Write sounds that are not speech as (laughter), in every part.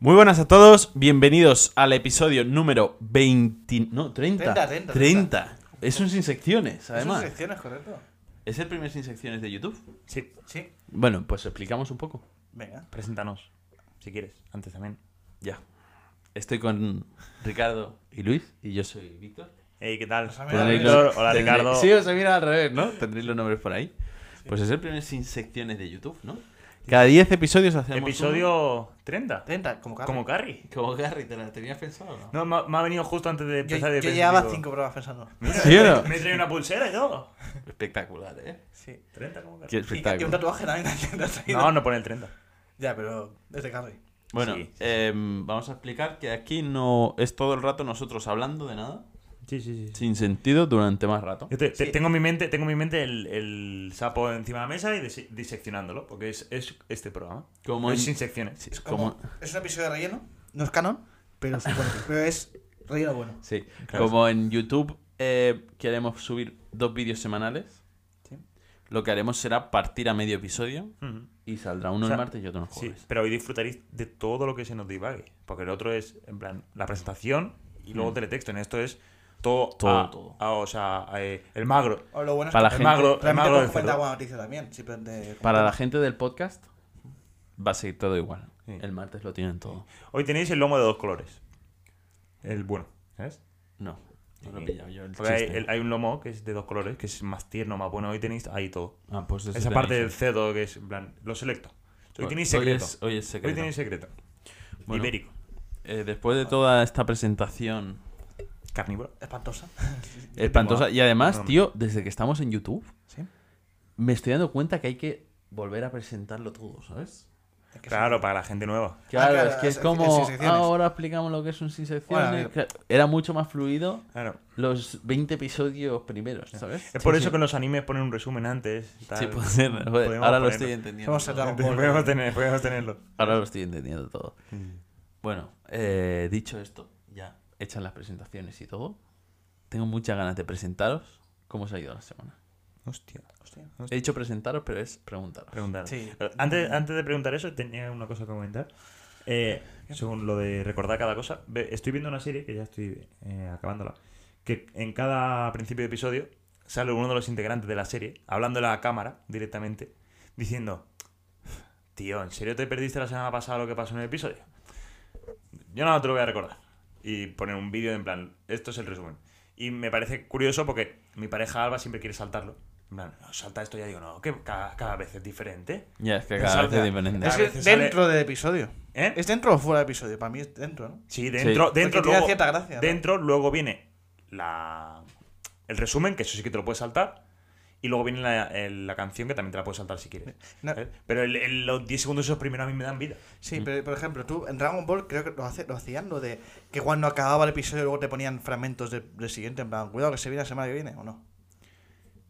Muy buenas a todos, bienvenidos al episodio número 20... No, 30. 30, 30, 30. Es un sin secciones, además. ¿Son secciones, correcto? ¿Es el primer sin secciones de YouTube? Sí, Sí. Bueno, pues explicamos un poco. Venga. preséntanos, si quieres, antes también. Ya. Estoy con Ricardo y Luis, y yo soy Víctor. Hey, ¿qué tal? Pues a mí Hola, me Tendréis Víctor. los- Hola, tendréis- Ricardo. Sí, os mira al revés, ¿no? Tendréis los nombres por ahí. Pues es el primer sin secciones de YouTube, ¿no? Cada 10 episodios hacemos Episodio 30. 30, como cada. Como Carrie. uno. Como Gary, ¿te la tenías pensado o no? No, me ha, me ha venido justo antes de yo, empezar. yo de pensar, llevaba digo, 5 programas pensando. mira, ¿Sí o no? (laughs) Me he traído una pulsera y todo. Espectacular, ¿eh? Sí. 30 como Qué Carrie. Y, y un espectáculo. tatuaje también que te has traído. No, no pone el 30. Ya, pero desde Carrie. Bueno, Sí, sí, sí. em, vamos a explicar que aquí no es todo el rato nosotros hablando de nada, Sí, sí, sí. sin sentido, durante más rato. Yo te- te- Sí. tengo en mi mente, tengo en mi mente el, el sapo encima de la mesa y dise- diseccionándolo, porque es, es este programa. Como es en- sin secciones. Sí, Es como. como, Es un episodio de relleno. No es canon, pero (laughs) supongo. pero es relleno bueno. sí, Claro. como en YouTube eh, queremos subir dos vídeos semanales, Sí. lo que haremos será partir a medio episodio Ujú. y saldrá uno O sea, el martes y otro el Sí, jueves. pero hoy disfrutaréis de todo lo que se nos divague. Porque el otro es, en plan, la presentación y luego teletexto. En esto es todo. Mm. Todo, a- todo. a- o sea, a, eh, el magro. O lo bueno es Para la que gente- El magro, el realmente magro puedes del comentar cerdo. buena noticia también. Simplemente. Para la gente del podcast va a seguir todo igual. Sí. El martes lo tienen todo. Hoy tenéis el lomo de dos colores. El bueno, ¿sabes? No, no lo he Sí. pillado yo el Porque hay, chiste. el- hay un lomo que es de dos colores, que es más tierno, más bueno. Hoy tenéis ahí todo. Ah, pues eso Esa tenéis. parte del cerdo que es, en plan, lo selecto. Hoy tenéis secreto. es- hoy es secreto. Hoy tenéis secreto. Bueno. Ibérico. Eh, después de toda esta presentación Carnívoro. Espantosa. Espantosa. Y además, No, no. tío, desde que estamos en YouTube, sí. me estoy dando cuenta que hay que volver a presentarlo todo, ¿sabes? Es que Claro, para la gente nueva. Claro, claro, es que las- es las como secciones. ahora explicamos lo que es un sin secciones. Bueno, que Era mucho más fluido Claro. los 20 episodios primeros, ¿sabes? Es por Sí, eso sí. que en los animes ponen un resumen antes. y tal. Sí, puede ser. joder, Podemos ahora lo ponerlo. estoy entendiendo. Somos el Dragon Ball. Podemos, tener- podemos tenerlo. Ahora lo estoy entendiendo todo. Bueno, eh, dicho esto, ya hechas las presentaciones y todo, tengo muchas ganas de presentaros cómo os ha ido la semana. Hostia. Hostia. He dicho presentaros, pero es preguntaros. Preguntar. Sí. Antes, antes de preguntar eso, tenía una cosa que comentar. Eh, según lo de recordar cada cosa, ve- estoy viendo una serie que ya estoy eh, acabándola. Que en cada principio de episodio sale uno de los integrantes de la serie hablando a la cámara directamente, diciendo: Tío, ¿en serio te perdiste la semana pasada lo que pasó en el episodio? Yo no te lo voy a recordar. Y poner un vídeo en plan, esto es el resumen. Y me parece curioso porque mi pareja Alba siempre quiere saltarlo. En plan, "No, salta esto y ya digo, no, que cada, cada vez es diferente. Ya, es que Es cada vez es algo- diferente. es- Es A que veces sale- dentro del episodio. ¿Eh? ¿Es dentro o fuera del episodio? Para mí es dentro, ¿no? Sí, dentro, Porque dentro, tiene luego, cierta gracia, ¿no? dentro luego viene la, el resumen, que eso sí que te lo puedes saltar. Y luego viene la, el- la canción, que también te la puedes saltar si quieres. No. ¿Sabes? Pero el- el- los 10 segundos esos primeros a mí me dan vida. Sí, pero por ejemplo, tú en Dragon Ball creo que lo, hace- lo hacían, lo de que cuando acababa el episodio luego te ponían fragmentos de- del siguiente, en plan, cuidado que se viene la semana que viene, ¿o no?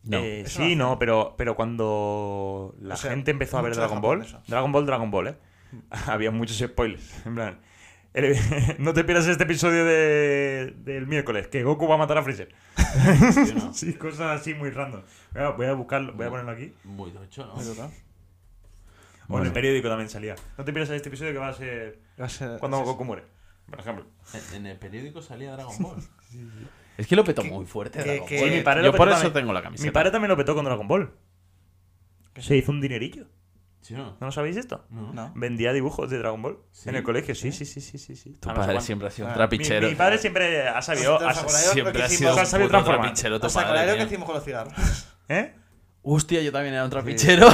No. Eh, Eso sí, no. no, pero, pero cuando la O sea, gente empezó a ver mucho Dragon de Japón Ball, eso. Mm. Dragon Ball, Dragon Ball, ¿eh? (laughs) Había muchos spoilers. En plan, el- (laughs) no te pierdas este episodio de- del miércoles, que Goku va a matar a Freezer. (laughs) Sí, cosas así muy random. Bueno, Voy a buscarlo, Mm. voy a ponerlo aquí. Muy tocho, ¿no? Pero claro, O en el periódico también salía. No te pierdas este episodio que va a ser va a ser- cuando es- Goku muere, por ejemplo. En- En el periódico salía Dragon Ball. Es que lo petó muy fuerte que- Dragon que- Ball. Sí, mi padre Yo lo por petó eso también. tengo la Mi camiseta. padre también lo petó con Dragon Ball. ¿Qué? Se hizo un dinerillo. Sí, ¿no? ¿No lo sabéis esto? No. No. Vendía dibujos de Dragon Ball Sí. en el colegio. Sí, sí, sí, sí, sí. sí. Tu A no sé padre cuánto. siempre ha sido un Ah, trapichero. Mi, mi padre siempre ha sabido. Ostras, ha sa- acordáis- siempre lo ha que sido hicimos- un ha sabido puto transformar. trapichero tu ¿Os acordáis padre. lo que tío. hicimos con los (laughs) cigarros? ¿Eh? Hostia, yo también era un (laughs) trapichero.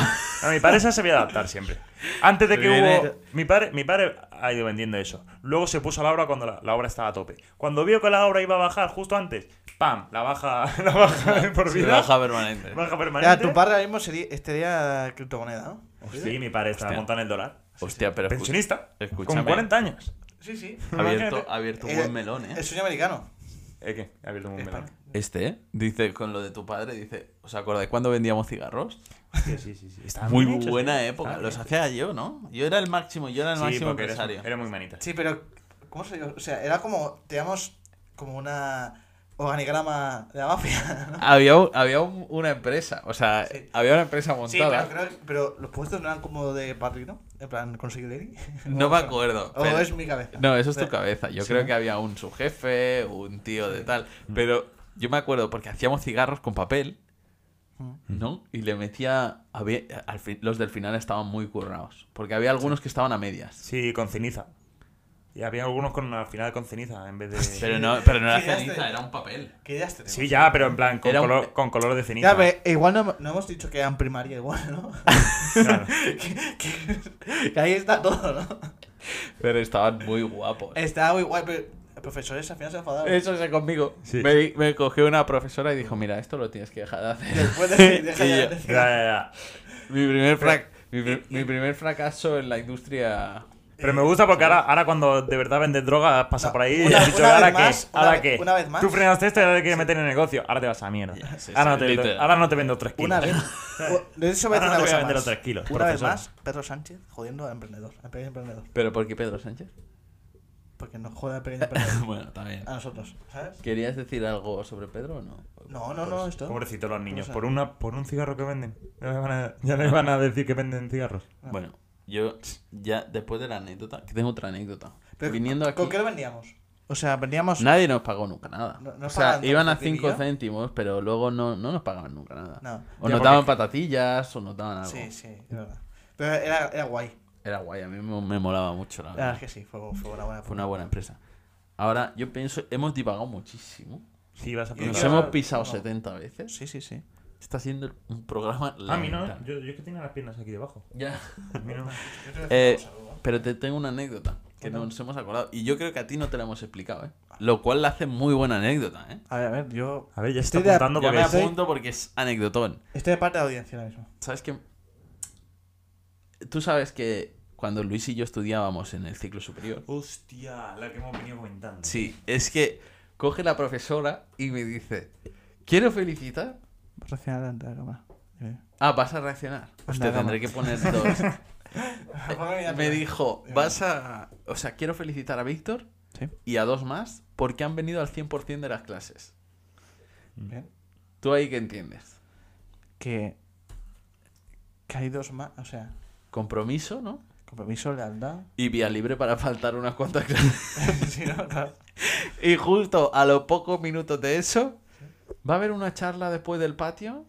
No, mi padre se ha sabido adaptar siempre. Antes de que Viene- hubo. Mi padre, mi padre ha ido vendiendo eso. Luego se puso a la obra cuando la, la obra estaba a tope. Cuando vio que la obra iba a bajar justo antes, ¡pam! La baja, (laughs) la baja de por Sí, vida. baja permanente. Baja permanente. Ya, tu padre ahora mismo sería, estaría criptomoneda, ¿no? Sí, mi padre está Hostia. montado en el dólar. Hostia, pero. escu- Pensionista. escúchame. Con 40 años. Sí, (laughs) sí. Ha abierto, ha abierto un Eh, buen melón, ¿eh? El sueño americano. ¿Eh, qué? Ha abierto un melón. España. Este, ¿eh? dice con lo de tu padre, dice. ¿Os acordáis cuando vendíamos cigarros? Sí, sí, sí. sí. Estaba Muy bien hecho, buena sí. época. Estaba Los bien. hacía yo, ¿no? Yo era el máximo, yo era el Sí, máximo porque eres- empresario. Era muy manita. Sí, pero. ¿Cómo se dio? O sea, era como. Teníamos como una organigrama de la mafia. ¿no? Había, un- había un- una empresa, o sea, Sí. había una empresa Sí, pero, montada. creo- pero los puestos no eran como de padrino, en plan, conseguir ley. No me acuerdo. O pero- es mi cabeza. No, eso es tu Pero- cabeza. Yo Sí, Mm. creo ¿no? que había un subjefe, un tío de tal. Pero yo me acuerdo porque hacíamos cigarros con papel, Mm. ¿no? Y le metía. había- al fin- los del final estaban muy currados. Porque había algunos que estaban a medias. Sí, con ceniza. Y había algunos con al final con ceniza en vez de. Ah, Pero no, pero no era Sí, ya ceniza, está. era un papel. ¿Qué ideas tenemos? Sí, ya, pero en plan, con, Era un- color, con color de ceniza. Ya, pero eh, igual no, no hemos dicho que eran primaria igual, ¿no? Claro. (laughs) que, que- que ahí está todo, ¿no? Pero estaban muy guapos. Estaba muy guay, pero los profesores al final se enfadaron. Eso sé conmigo. Sí. Me, me cogió una profesora y dijo: Mira, esto lo tienes que dejar de (laughs) hacer. Después de... deja Y ya- yo- deja Ya, ya. ya, ya. Mi primer, (laughs) frac- mi pri- mi primer fracaso en la industria. Pero me gusta porque ahora, ahora cuando de verdad vendes droga, pasa No, por ahí y una- has dicho, una vez ¿ahora qué? más, una ¿Ahora vez- qué? una vez más. Tú frenaste esto y ahora te quieres meter en el negocio. Ahora te vas a mierda. Ya, sí, ahora, sí, no te, literal. ahora no te vendo tres kilos. Una (laughs) vez. o- De eso voy a decir Ahora no te una voy a cosa vender más. otros kilos, Una vez profesor. más, Pedro Sánchez jodiendo a emprendedor, al pequeño emprendedor. ¿Pero por qué Pedro Sánchez? Porque nos jode al pequeño (laughs) emprendedor. bueno, también. a nosotros, ¿sabes? ¿Querías decir algo sobre Pedro o no? No, no, no, esto. Pobrecitos los niños. Vamos a- Por, una, por un cigarro que venden. Ya les van a, ya les van a decir que venden cigarros. Bueno, yo ya después de la anécdota, que tengo otra anécdota. Pero, Viniendo aquí, ¿Con qué lo vendíamos? O sea, vendíamos. nadie nos pagó nunca nada. No- no o sea, pagaban iban a tanto 5 cepillo. (laughs) céntimos, pero luego no, no nos pagaban nunca nada. O No. Ya, nos porque daban es que- patatillas, o nos daban algo. Sí, sí, es verdad. Pero era, era guay. Era guay, a mí me, me molaba mucho, la La verdad. verdad es que sí, fue, fue una buena. Fue una buena empresa. Ahora, yo pienso, hemos divagado muchísimo. Sí, vas a Yo Nos quiero- preguntar. hemos pisado no. 70 veces. Sí, sí, sí. Está siendo un programa Ah, A mí no. lamentable. Yo, yo es que tenía las piernas aquí debajo. Ya. A (laughs) mí no. Eh, pero te tengo una anécdota que nos hemos acordado. Y yo creo que a ti no te la hemos explicado, ¿eh? Lo cual la hace muy buena anécdota, ¿eh? A ver, a ver, yo. A ver, ya se Estoy de- está apuntando Ya porque me ves. es... apunto porque es anecdotón. Estoy de parte de la audiencia ahora mismo. ¿Sabes qué? Tú sabes que cuando Luis y yo estudiábamos en el ciclo superior. Hostia, la que hemos venido comentando. Sí, es que coge la profesora y me dice: Quiero felicitar. Recién adelante la cámara. (laughs) Ah, vas a reaccionar. Pues Hostia, Anda, tendré que poner dos. Ah, me dijo: Vas a. O sea, quiero felicitar a Víctor Sí, y a dos más porque han venido al 100% de las clases. Mm. bien. ¿Tú ahí qué entiendes? Que. Que hay dos más. O sea, Compromiso, ¿no? compromiso, lealtad. Y vía libre para faltar unas cuantas clases. (laughs) sí, ¿no? Claro. Y justo a los pocos minutos de eso, va a haber una charla después del patio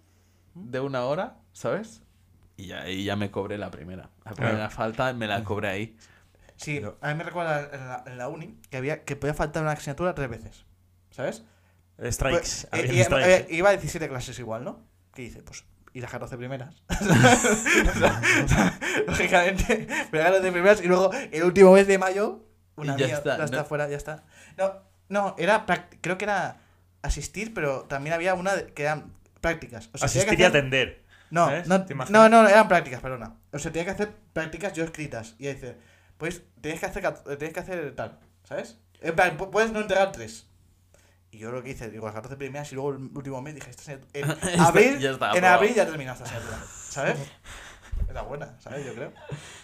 de una hora, ¿sabes? Y ya- y ya me cobré la primera. La primera Claro. falta me la cobré ahí. Sí, Pero- a mí me recuerda en la, en la uni que, había, que podía faltar una asignatura tres veces. ¿Sabes? Strikes. Pues, había y- y- strikes. eh, iba a 17 clases igual, ¿no? ¿Qué dice? Pues y las 14 primeras. (laughs) Lógicamente, me las 14 primeras y luego el último mes de mayo, una Y ya mía, está, ya está ¿no? fuera, ya está. No, no, era práct- creo que era asistir, pero también había una de- que eran prácticas. O sea, tenía que Asistir y hacer- atender. no, ¿Sabes? no, ¿Te imaginas? no, no, eran prácticas, perdona. O sea, tenía que hacer prácticas yo escritas. Y ahí dice, pues tienes que hacer, cat- eh, tienes que hacer tal, ¿sabes? En plan, pu- puedes no entregar tres. Y yo lo que hice, digo, las 14 primeras y luego el último mes dije, esta asignatura- (laughs) en Esta- abril, Este ya está, en aprobado. abril ya terminaste esta asignatura, ¿sabes? (laughs) Era buena, ¿sabes? Yo creo.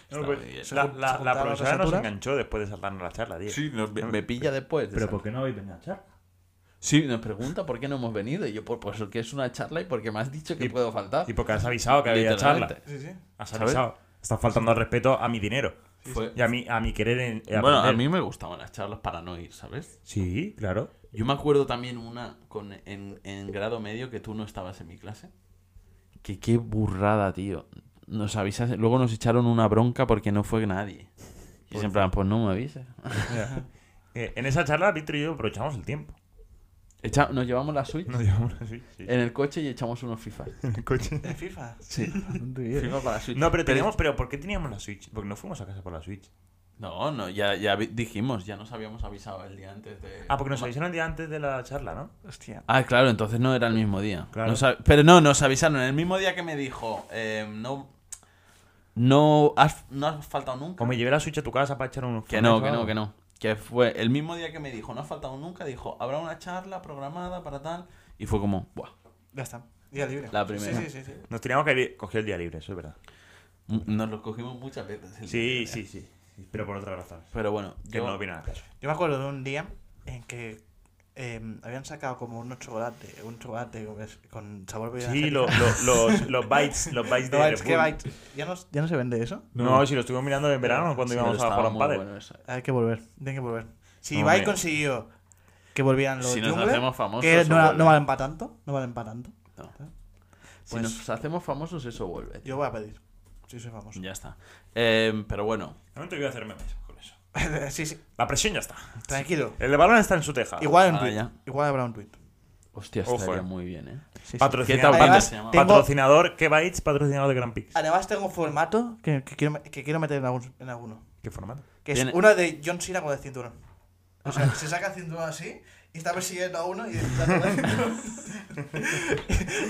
Está pues, muy bien. la, la, se la juntaron las profesora nos asignaturas. enganchó después de saltarnos la charla, tío. no, me, me pilla después. de esa- no habéis venido a charla? Sí, nos pregunta por qué no hemos venido. Y yo, por, pues porque es una charla y porque me has dicho que Y- puedo faltar. Y porque has avisado que había charla. Literalmente. Sí, sí. Has ¿Sabes? avisado. Estás faltando al respeto a mi dinero. Fue- Y a mi, a mi querer en, en Bueno, a aprender. mí me gustaban las charlas para no ir, ¿sabes? Sí, claro. Yo me acuerdo también una con, en, en grado medio que tú no estabas en mi clase. Que qué burrada, tío. Nos avisas, luego nos echaron una bronca porque no fue nadie. Y es en plan, pues no me avises. (laughs) Eh, en esa charla, Víctor y yo aprovechamos el tiempo. Echa- nos llevamos la Switch No digamos así. sí. en el coche y echamos unos FIFA. En el coche. En FIFA. Sí. FIFA para Switch. No, pero teníamos, pero ¿por qué teníamos la Switch? Porque no fuimos a casa por la Switch. No, no, ya, ya vi- dijimos, ya nos habíamos avisado el día antes de. Ah, porque nos avisaron el día antes de la charla, ¿no? Hostia. Ah, claro, entonces no era el mismo día. Claro. Nos a- pero no, nos avisaron. El mismo día que me dijo, eh, no. No has, no has faltado nunca. O me llevé la Switch a tu casa para echar unos Que flanes no, o que algo. no, que no. Que fue el mismo día que me dijo, no ha faltado nunca, dijo, habrá una charla programada para tal. Y fue como, ¡buah! Ya está. Día libre. La primera. Sí, sí, sí. sí. Nos teníamos que ir- cogió el día libre, eso es verdad. M- mm, Nos lo cogimos muchas veces. el Sí, día. sí, sí. Pero por otras razones. Pero bueno, Que yo, no viene a caso. Yo me acuerdo de un día en que eh, habían sacado como unos chocolates, un chocolate con, con sabor Sí, lo- lo- los, los bites, los (laughs) bites de No, Red es que Bull. Bytes- ¿Ya no, ¿Ya no se vende eso? No, si lo estuvimos mirando en verano cuando Sí, íbamos pero a estaba jugar a un muy pádel. bueno eso. Hay que volver, tienen que volver. Si Hombre. Byte consiguió que volvieran los Si nos Jungle, hacemos famosos, que eso no, vuelve. no valen para tanto, no valen para tanto. ¿Eh? No. Si Pues- nos hacemos famosos, eso vuelve. tío. Yo voy a pedir, si soy famoso. Ya está. Em, Eh, pero bueno, No te voy a hacer memes con eso. (laughs) sí, sí, La presión ya está. tranquilo. El balón está en su teja. Igual en Ah, tweet, ya. igual habrá un tweet. hostia, Ojo, estaría eh. muy bien, ¿eh? Sí, sí. Patrocinador. ¿Qué tal patro- Además, se llama? tengo- Patrocinador, ¿qué bytes? Patrocinador de Grand Prix. Además tengo formato que, que quiero, que quiero meter en, algún- en alguno. ¿Qué formato? Que es Tiene- Ah. una de John Cena con el cinturón. O sea, se saca el cinturón así y está persiguiendo a (laughs) uno y está todo el cinturón. (laughs)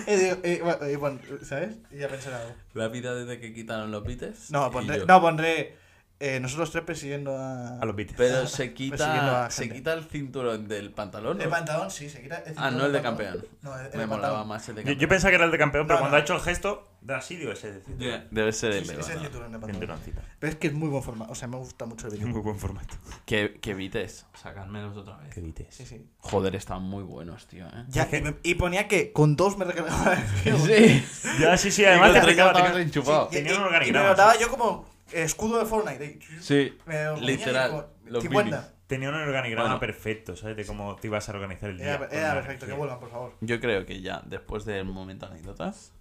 y, digo- y bueno, y bueno, ¿sabes? Y ya pensé en algo. La vida desde que quitaron los pites. No, pues, pondré, no, pondré eh, nosotros tres persiguiendo a... A los bites. Ah, Pero pues se Persiguiendo a quita, se gente. quita el cinturón del pantalón. ¿no? El pantalón, sí, se quita el Ah, cinturón no el de del pantalón. campeón. Eh, No, el, el Me pantalón. molaba más el de Yo, campeón. yo pensaba que era el de campeón, pero No, cuando no. ha hecho el gesto, de así, digo, ese es el Debe ser el Sí, sí, ese de Badalona. cinturón de pantalón. cinturoncito. Pero es que es muy buen formato, o sea, me gusta mucho el Es vídeo. muy buen formato. Que, que vites, sacármelos otra vez. bites? Sí, sí. Joder, están muy buenos, tío, ¿eh? Ya, y, me- y ponía que con dos me (laughs) recargaba el fío. Sí. Ya, sí, sí, Y además con te tres explicaba, estabas tenía- enchufado. Y- Tenía y- un Y me organigrama. lo daba yo como eh, escudo de Fortnite. eh. Sí, Me lo ponía y literal. como Los 50. bilis. Tenía un organigrama Bueno. perfecto, ¿sabes? De cómo te ibas a organizar el día. Era, con era la perfecto, que energía. vuelvan, por favor. Yo creo que ya, después del momento anécdotas,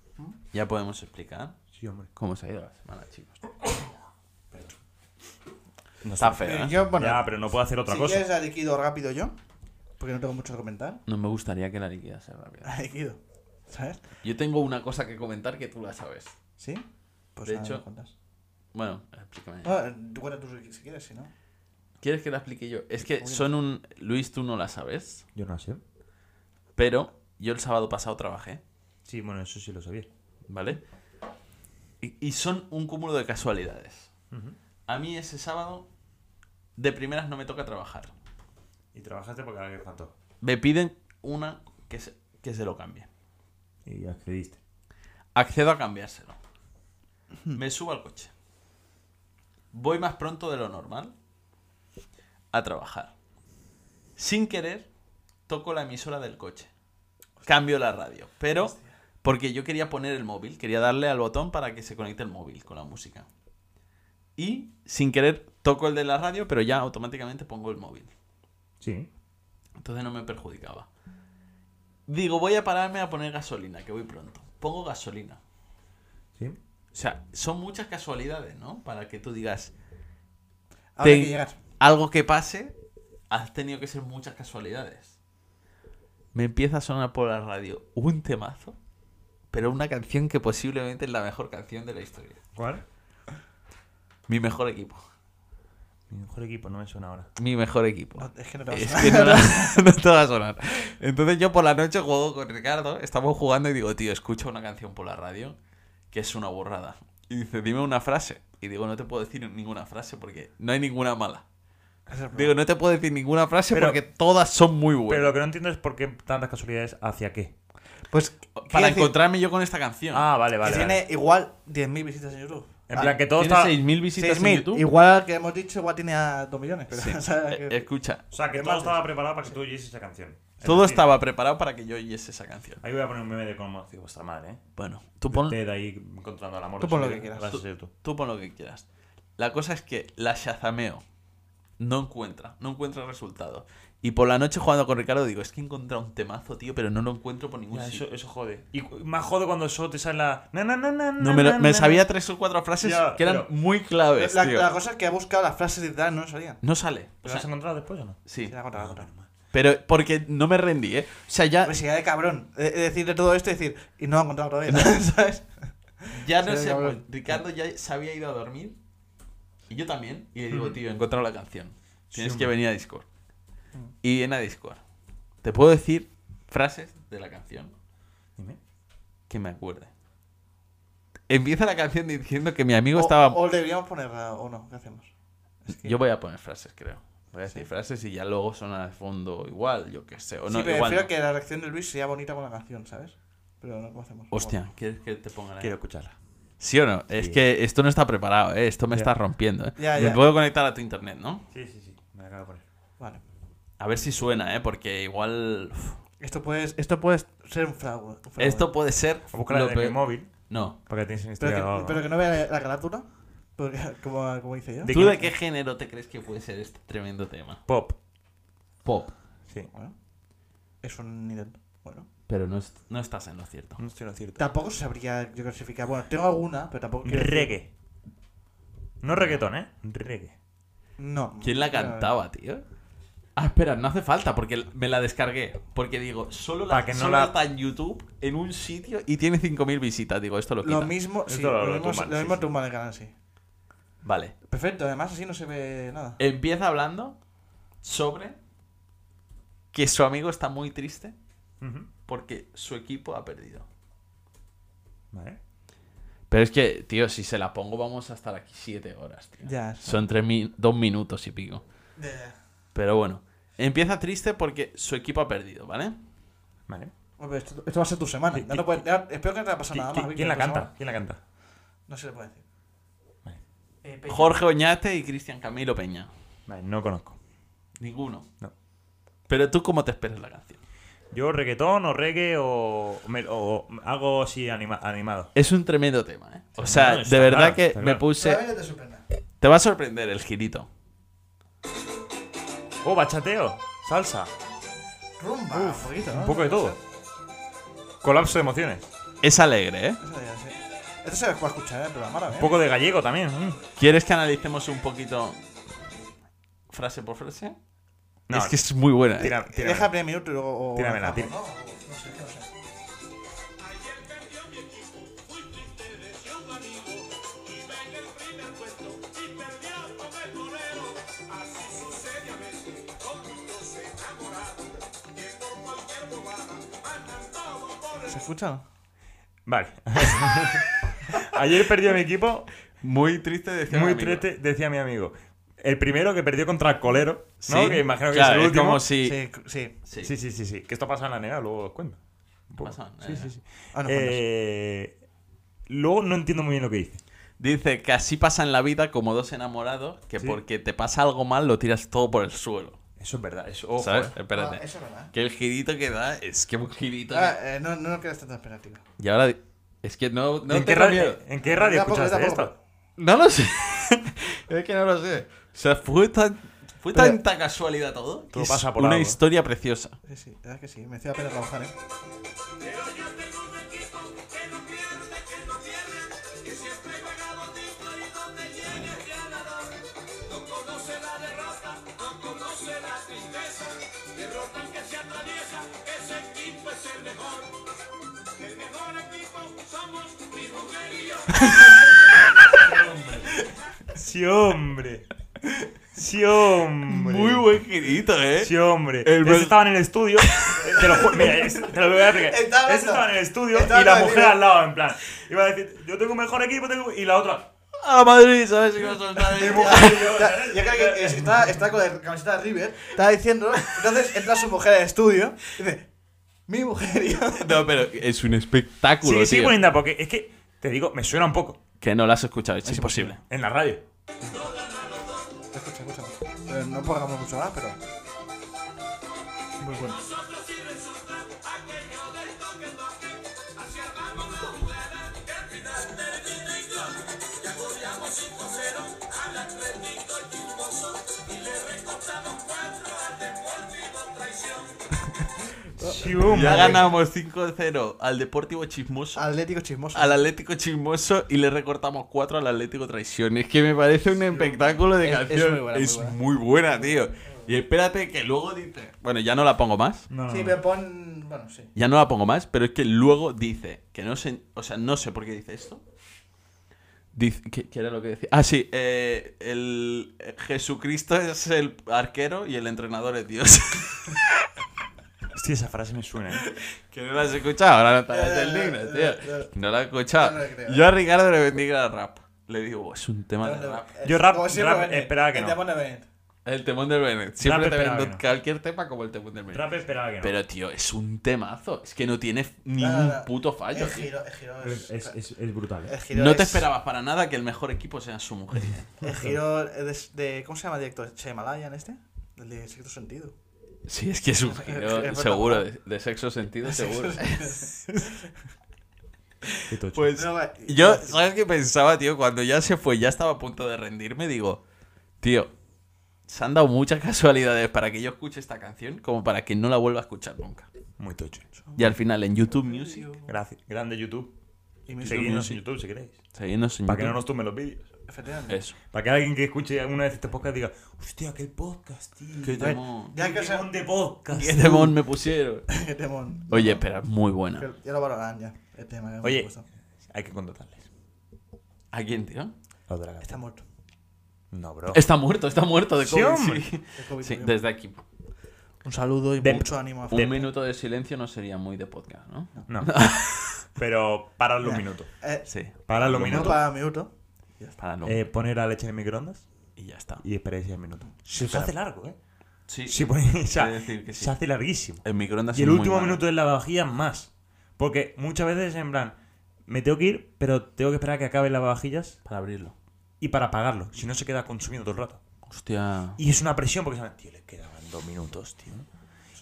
ya podemos explicar Sí, hombre. cómo se ha ido la semana, chicos. No Está sé. feo, Eh, ¿eh? yo, bueno, ya, pero no puedo hacer otra si cosa. quieres aliquido rápido yo, porque no tengo mucho que comentar. (laughs) No me gustaría que la liquidase rápido. Aliquido, ¿sabes? Yo tengo una cosa que comentar que tú la sabes. ¿Sí? Pues De nada, hecho- me cuentas. Bueno, explícame. Bueno, tú cuenta tú si si quieres, si no. ¿Quieres que la explique yo? Es que Uy. son un... Luis, tú no la sabes, Yo no sé. pero yo el sábado pasado trabajé, Sí, bueno, eso sí lo sabía. ¿vale? Y, y son un cúmulo de casualidades. Ujú. A mí ese sábado, de primeras no me toca trabajar. Y trabajaste porque alguien faltó. Me piden una que se, que se lo cambie. Y accediste. Accedo a cambiárselo. Me subo al coche. Voy más pronto de lo normal a trabajar. Sin querer, toco la emisora del coche. Cambio la radio. Pero porque yo quería poner el móvil, quería darle al botón para que se conecte el móvil con la música. Y sin querer, toco el de la radio, pero ya automáticamente pongo el móvil. Sí. Entonces no me perjudicaba. Digo, voy a pararme a poner gasolina, que voy pronto. Pongo gasolina. Sí. O sea, son muchas casualidades, ¿no? Para que tú digas Ahora Te- hay que llegar. algo que pase, has tenido que ser muchas casualidades. Me empieza a sonar por la radio un temazo, pero una canción que posiblemente es la mejor canción de la historia. ¿Cuál? Mi mejor equipo. Mi mejor equipo no me suena ahora. Mi mejor equipo. No, es que no te vas (laughs) Es a que no, la- no te va a sonar. Entonces yo por la noche juego con Ricardo, estamos jugando y digo, tío, escucha una canción por la radio que es una burrada. Y dice, dime una frase. Y digo, no te puedo decir ninguna frase porque no hay ninguna mala. Ese es el Digo, no te puedo decir ninguna frase Pero- porque todas son muy Pero lo buenas. que no entiendo es por qué tantas casualidades hacia qué. problema. Pues, Para quiero decir encontrarme yo con esta canción. Ah, vale, que vale. tiene vale. igual 10.000 visitas en YouTube. En Ah, plan, que todo Tiene está. 6.000 visitas en 6.000. YouTube. Igual al que hemos dicho, igual tiene a 2 millones. Pero, Sí. (laughs) o sea, Eh, que- Escucha, O sea, que ¿Qué todo más? estaba preparado para que tú oyes esa canción. Es todo decir, estaba preparado para que yo oyese esa canción. Ahí voy a poner un meme de cómo digo, vuestra madre, ¿eh? Bueno, tú pon, Ted ahí encontrando al amor. Tú de pon su lo vida. que quieras. Vas a Tú- ser tú. Tú pon lo que quieras. La cosa es que la Shazameo no encuentra, no encuentra resultado. Y por la noche jugando con Ricardo digo, es que he encontrado un temazo, tío, pero no lo encuentro por ningún Ya, sitio. eso, eso jode. Y cu- más jode cuando eso te sale la. Na, na, na, na, No, na, me, lo- na, me na. sabía tres o cuatro frases Ya, que eran pero- muy claves, la, tío. la cosa es que ha buscado las frases de tal, no salían. No sale. O ¿Lo has sea, encontrado después o no? sí, Sí, la contra, la contra. pero porque no me rendí, ¿eh? O sea, ya, Pues sería de cabrón eh, eh, decirle todo esto y decir, y no lo he encontrado todavía, (laughs) ¿sabes? ya no Sí, sé, pues, cabrón. Ricardo ya se había ido a dormir. Y yo también. Y le digo, tío, he encontrado la canción. Tienes que hombre. venir a Discord. Y viene a Discord. Te puedo decir frases de la canción. Dime. que me acuerde. Empieza la canción diciendo que mi amigo O, estaba... o deberíamos ponerla o no, ¿qué hacemos? Es que- Yo voy a poner frases, creo. Voy a decir frases y ya luego suena de fondo igual, yo qué sé. O no, sí, pero igual prefiero no. que la reacción de Luis sea bonita con la canción, ¿sabes? Pero no, ¿cómo hacemos? Hostia, ¿quieres que te ponga la... Quiero escucharla. ¿Sí o no? Es Sí. que esto no está preparado, ¿eh? Esto me Ya. está rompiendo, ¿eh? Ya, Me ya. puedo conectar a tu internet, ¿no? Sí, sí, sí. Me la acabo de poner. Bueno, vale. A ver si suena, ¿eh? Porque igual. uf, Esto puede, esto puede ser un fraude. un fraude. Esto puede ser. A buscarla lo en mi peor- móvil. No. Porque tienes un pero, que, historial. pero que no vea la, la carátula. porque- Como, como hice yo. De ¿Tú que- de qué género te crees que puede ser este tremendo tema? Pop. Pop. Sí. Bueno, es un Nintendo. Bueno. Pero no, es- no estás en lo cierto. No estoy en lo cierto. Tampoco sabría yo clasificar. Bueno, tengo alguna, pero tampoco quiero decir- Reggae. No reggaetón, ¿eh? Reggae. No. ¿Quién la Pero- cantaba, tío? Ah, espera, no hace falta porque me la descargué. Porque digo, solo la, Pa' que no solo la- está en YouTube, en un sitio, y tiene 5.000 visitas. Digo, esto lo quita. Lo mismo, sí, Esto lo- lo, lo mismo, tumban, lo sí, mismo sí. tumban el canal, sí. Vale. Perfecto, además así no se ve nada. Empieza hablando sobre que su amigo está muy triste Ujú. porque su equipo ha perdido. Vale. Pero es que, tío, si se la pongo vamos a estar aquí siete horas, tío. Ya, sí. Son tres mi- dos minutos y pico. Pero bueno, empieza triste porque su equipo ha perdido, ¿vale? Vale. Hombre, esto, esto va a ser tu semana. Sí, Ya no puede- ya- espero que no te haya pasado nada más. ¿Qui- Víctor, ¿Quién la por favor. canta? ¿Quién la canta? No se le puede decir. Eh, Vale. Jorge Oñate y Cristian Camilo Peña. Vale, no conozco. Ninguno. No. Pero tú, ¿cómo te esperas la canción? Yo reggaetón o reggae o, me- o algo así anima- animado. Es un tremendo tema, ¿eh? O sea, no, está de verdad claro, que está me claro. puse... Probablemente te sorprenda. Te va a sorprender el girito. Oh, bachateo, salsa, Rumba, un poquito, ¿no? un poco de todo. Colapso de emociones. Es alegre, ¿eh? Eso ya, sí. Esto se puede escuchar en el programa ahora, ¿eh? Un poco de gallego también. mm. ¿Quieres que analicemos un poquito frase por frase? No, es que es muy buena. ¿eh? tira- tírame. Deja primer minuto y luego. o- Tíramela, ah, tí- no, no sé, no sé. ¿Se escucha? Vale. (laughs) Ayer perdió mi equipo, Muy triste decía muy un amigo. triste, decía mi amigo. El primero que perdió contra el colero, ¿no? Sí, Que imagino que claro, es el último. como si... Sí, sí. Sí. Sí, sí, sí, sí. Que esto pasa en la nega, luego os cuento. Un poco. Pasa en la sí, nega. sí, sí. Ah, no, Eh, luego no entiendo muy bien lo que dice. Dice que así pasa en la vida como dos enamorados, que Sí. porque te pasa algo mal lo tiras todo por el suelo. Eso es verdad, eso. ojo, ¿Sabes? eh. Espérate. Ah, eso es verdad. Que el girito que da es que un girito... Ah, eh, no, no nos quedas tan esperativo. Y ahora... di- Es que no, no ¿En, qué eh, tengo radio, miedo. ¿En qué radio Tampoco, escuchaste tampoco. esto? No lo sé. es que no lo sé. O sea, fue tan... Fue Pero- tanta casualidad todo. que Todo es pasa por una algo. historia preciosa. Sí, sí, la verdad es que sí. Me hacía pena trabajar, ¿eh? Sí, hombre. Sí, hombre. Muy buen girito, ¿eh? Sí, hombre. El Ese bel- estaba en el estudio. te lo juro. Mira, ese- te lo voy a explicar. Ese Estaba hablando- estaba en el estudio estaba y la hablando mujer de- al lado, en plan. Iba a decir, yo tengo un mejor equipo, tengo. Y la otra. A Madrid, ¿sabes? Si vas a soltar ahí. Ya, ya creo que está, está con la camiseta de River, está diciendo, entonces entra su mujer al estudio y dice, mi mujer y yo. No, pero es un espectáculo, Sigue, tío. sigue poniendo, porque es que, te digo, me suena un poco. Que no lo has escuchado, es, imposible. En la radio. Escucha, escucha. Eh, no pongamos mucho más, pero... Muy bueno. Sí, hombre. Ya ganamos 5-0 al Deportivo Chismoso, Atlético chismoso. Ah, al Atlético Chismoso y le recortamos 4 al Atlético Traición. Es que me parece un espectáculo de Es- es canción. muy buena, muy Es buena. muy buena, tío. Y espérate que luego dice. Bueno, ya no la pongo más. No, no, Sí, no. pero pon... Bueno, sí. Ya no la pongo más, pero es que luego dice que no sé, o sea, no sé por qué dice esto. Dice, ¿qué, qué era lo que decía? Ah, sí, eh, el eh, Jesucristo es el arquero y el entrenador es Dios. (laughs) Hostia, esa frase me suena. ¿eh? que no la has escuchado, ahora no te Ya, la ya, indignas, ya, ya. tío. No la he escuchado. No me creo. Yo a Ricardo le bendiga el rap. Le digo, es un tema de rap. Eh, Yo rap- como siempre, rap, Bennett. esperaba que El no. demonio Bennett. El temón del Bennett. Siempre te esperaba vendo que no. cualquier tema como el temón del Bennett. Rap esperaba que no. Pero, tío, es un temazo. Es que no tiene No, ningún no, no. puto fallo, El tío. giro, el giro es, es... es- es- es brutal. ¿eh? el giro No te es- esperabas para nada que el mejor equipo sea su mujer. eh. (laughs) El giro es de, ¿Cómo se llama el director? ¿Shyamalan este? El de Sexto Sentido. Sí, es que es un giro Es seguro, de, verdad. de sexo (laughs) sentido seguro. Qué tocho. Pues No, va- yo, ¿sabes qué pensaba, tío? Cuando ya se fue, ya estaba a punto de rendirme, digo, tío, se han dado muchas (laughs) casualidades para que yo escuche esta canción como para que no la vuelva a escuchar nunca. Muy tocho. Y al final en YouTube Music, Gracias. Grande YouTube. Y me Seguidnos Music. en YouTube si queréis. seguidnos en Para que no YouTube. nos tumben los vídeos. Efectivamente. Eso. Para que alguien que escuche alguna vez este podcast diga, hostia, qué podcast, tío. Qué Qué temón. Ya que, se- temón de podcast. ¿Qué temón me pusieron? (laughs) qué temón. (laughs) Oye, pero es muy buena. Que Ya lo valorarán ya. El tema que hemos Oye, puesto. hay que contratarles. ¿A quién, tío? Los de la Está muerto. No, bro. Está muerto, está muerto de Sí, COVID. hombre. sí. El COVID Sí, murió. desde aquí. Un saludo y Dep- mucho ánimo Eh, a Un Dep- minuto de silencio no sería muy de podcast, ¿no? (laughs) No. Pero paradlo un Ya. minuto. Eh, Sí. Paradlo un un minuto minuto. para minuto. Para no. Eh, poner la leche en el microondas y ya está. y esperáis 10 minutos. Se, pero- hace largo, ¿eh? Sí, Sí, ponéis- o sea, he de decir que sí. Se hace larguísimo. El microondas Y es el muy ¿eh? último malo. minuto de la vajilla más. Porque muchas veces en plan, me tengo que ir, pero tengo que esperar a que acaben las vajillas Para abrirlo. y para apagarlo. Si no, se queda consumiendo todo el rato. Hostia. Y es una presión porque saben, tío, les quedaban dos minutos, tío.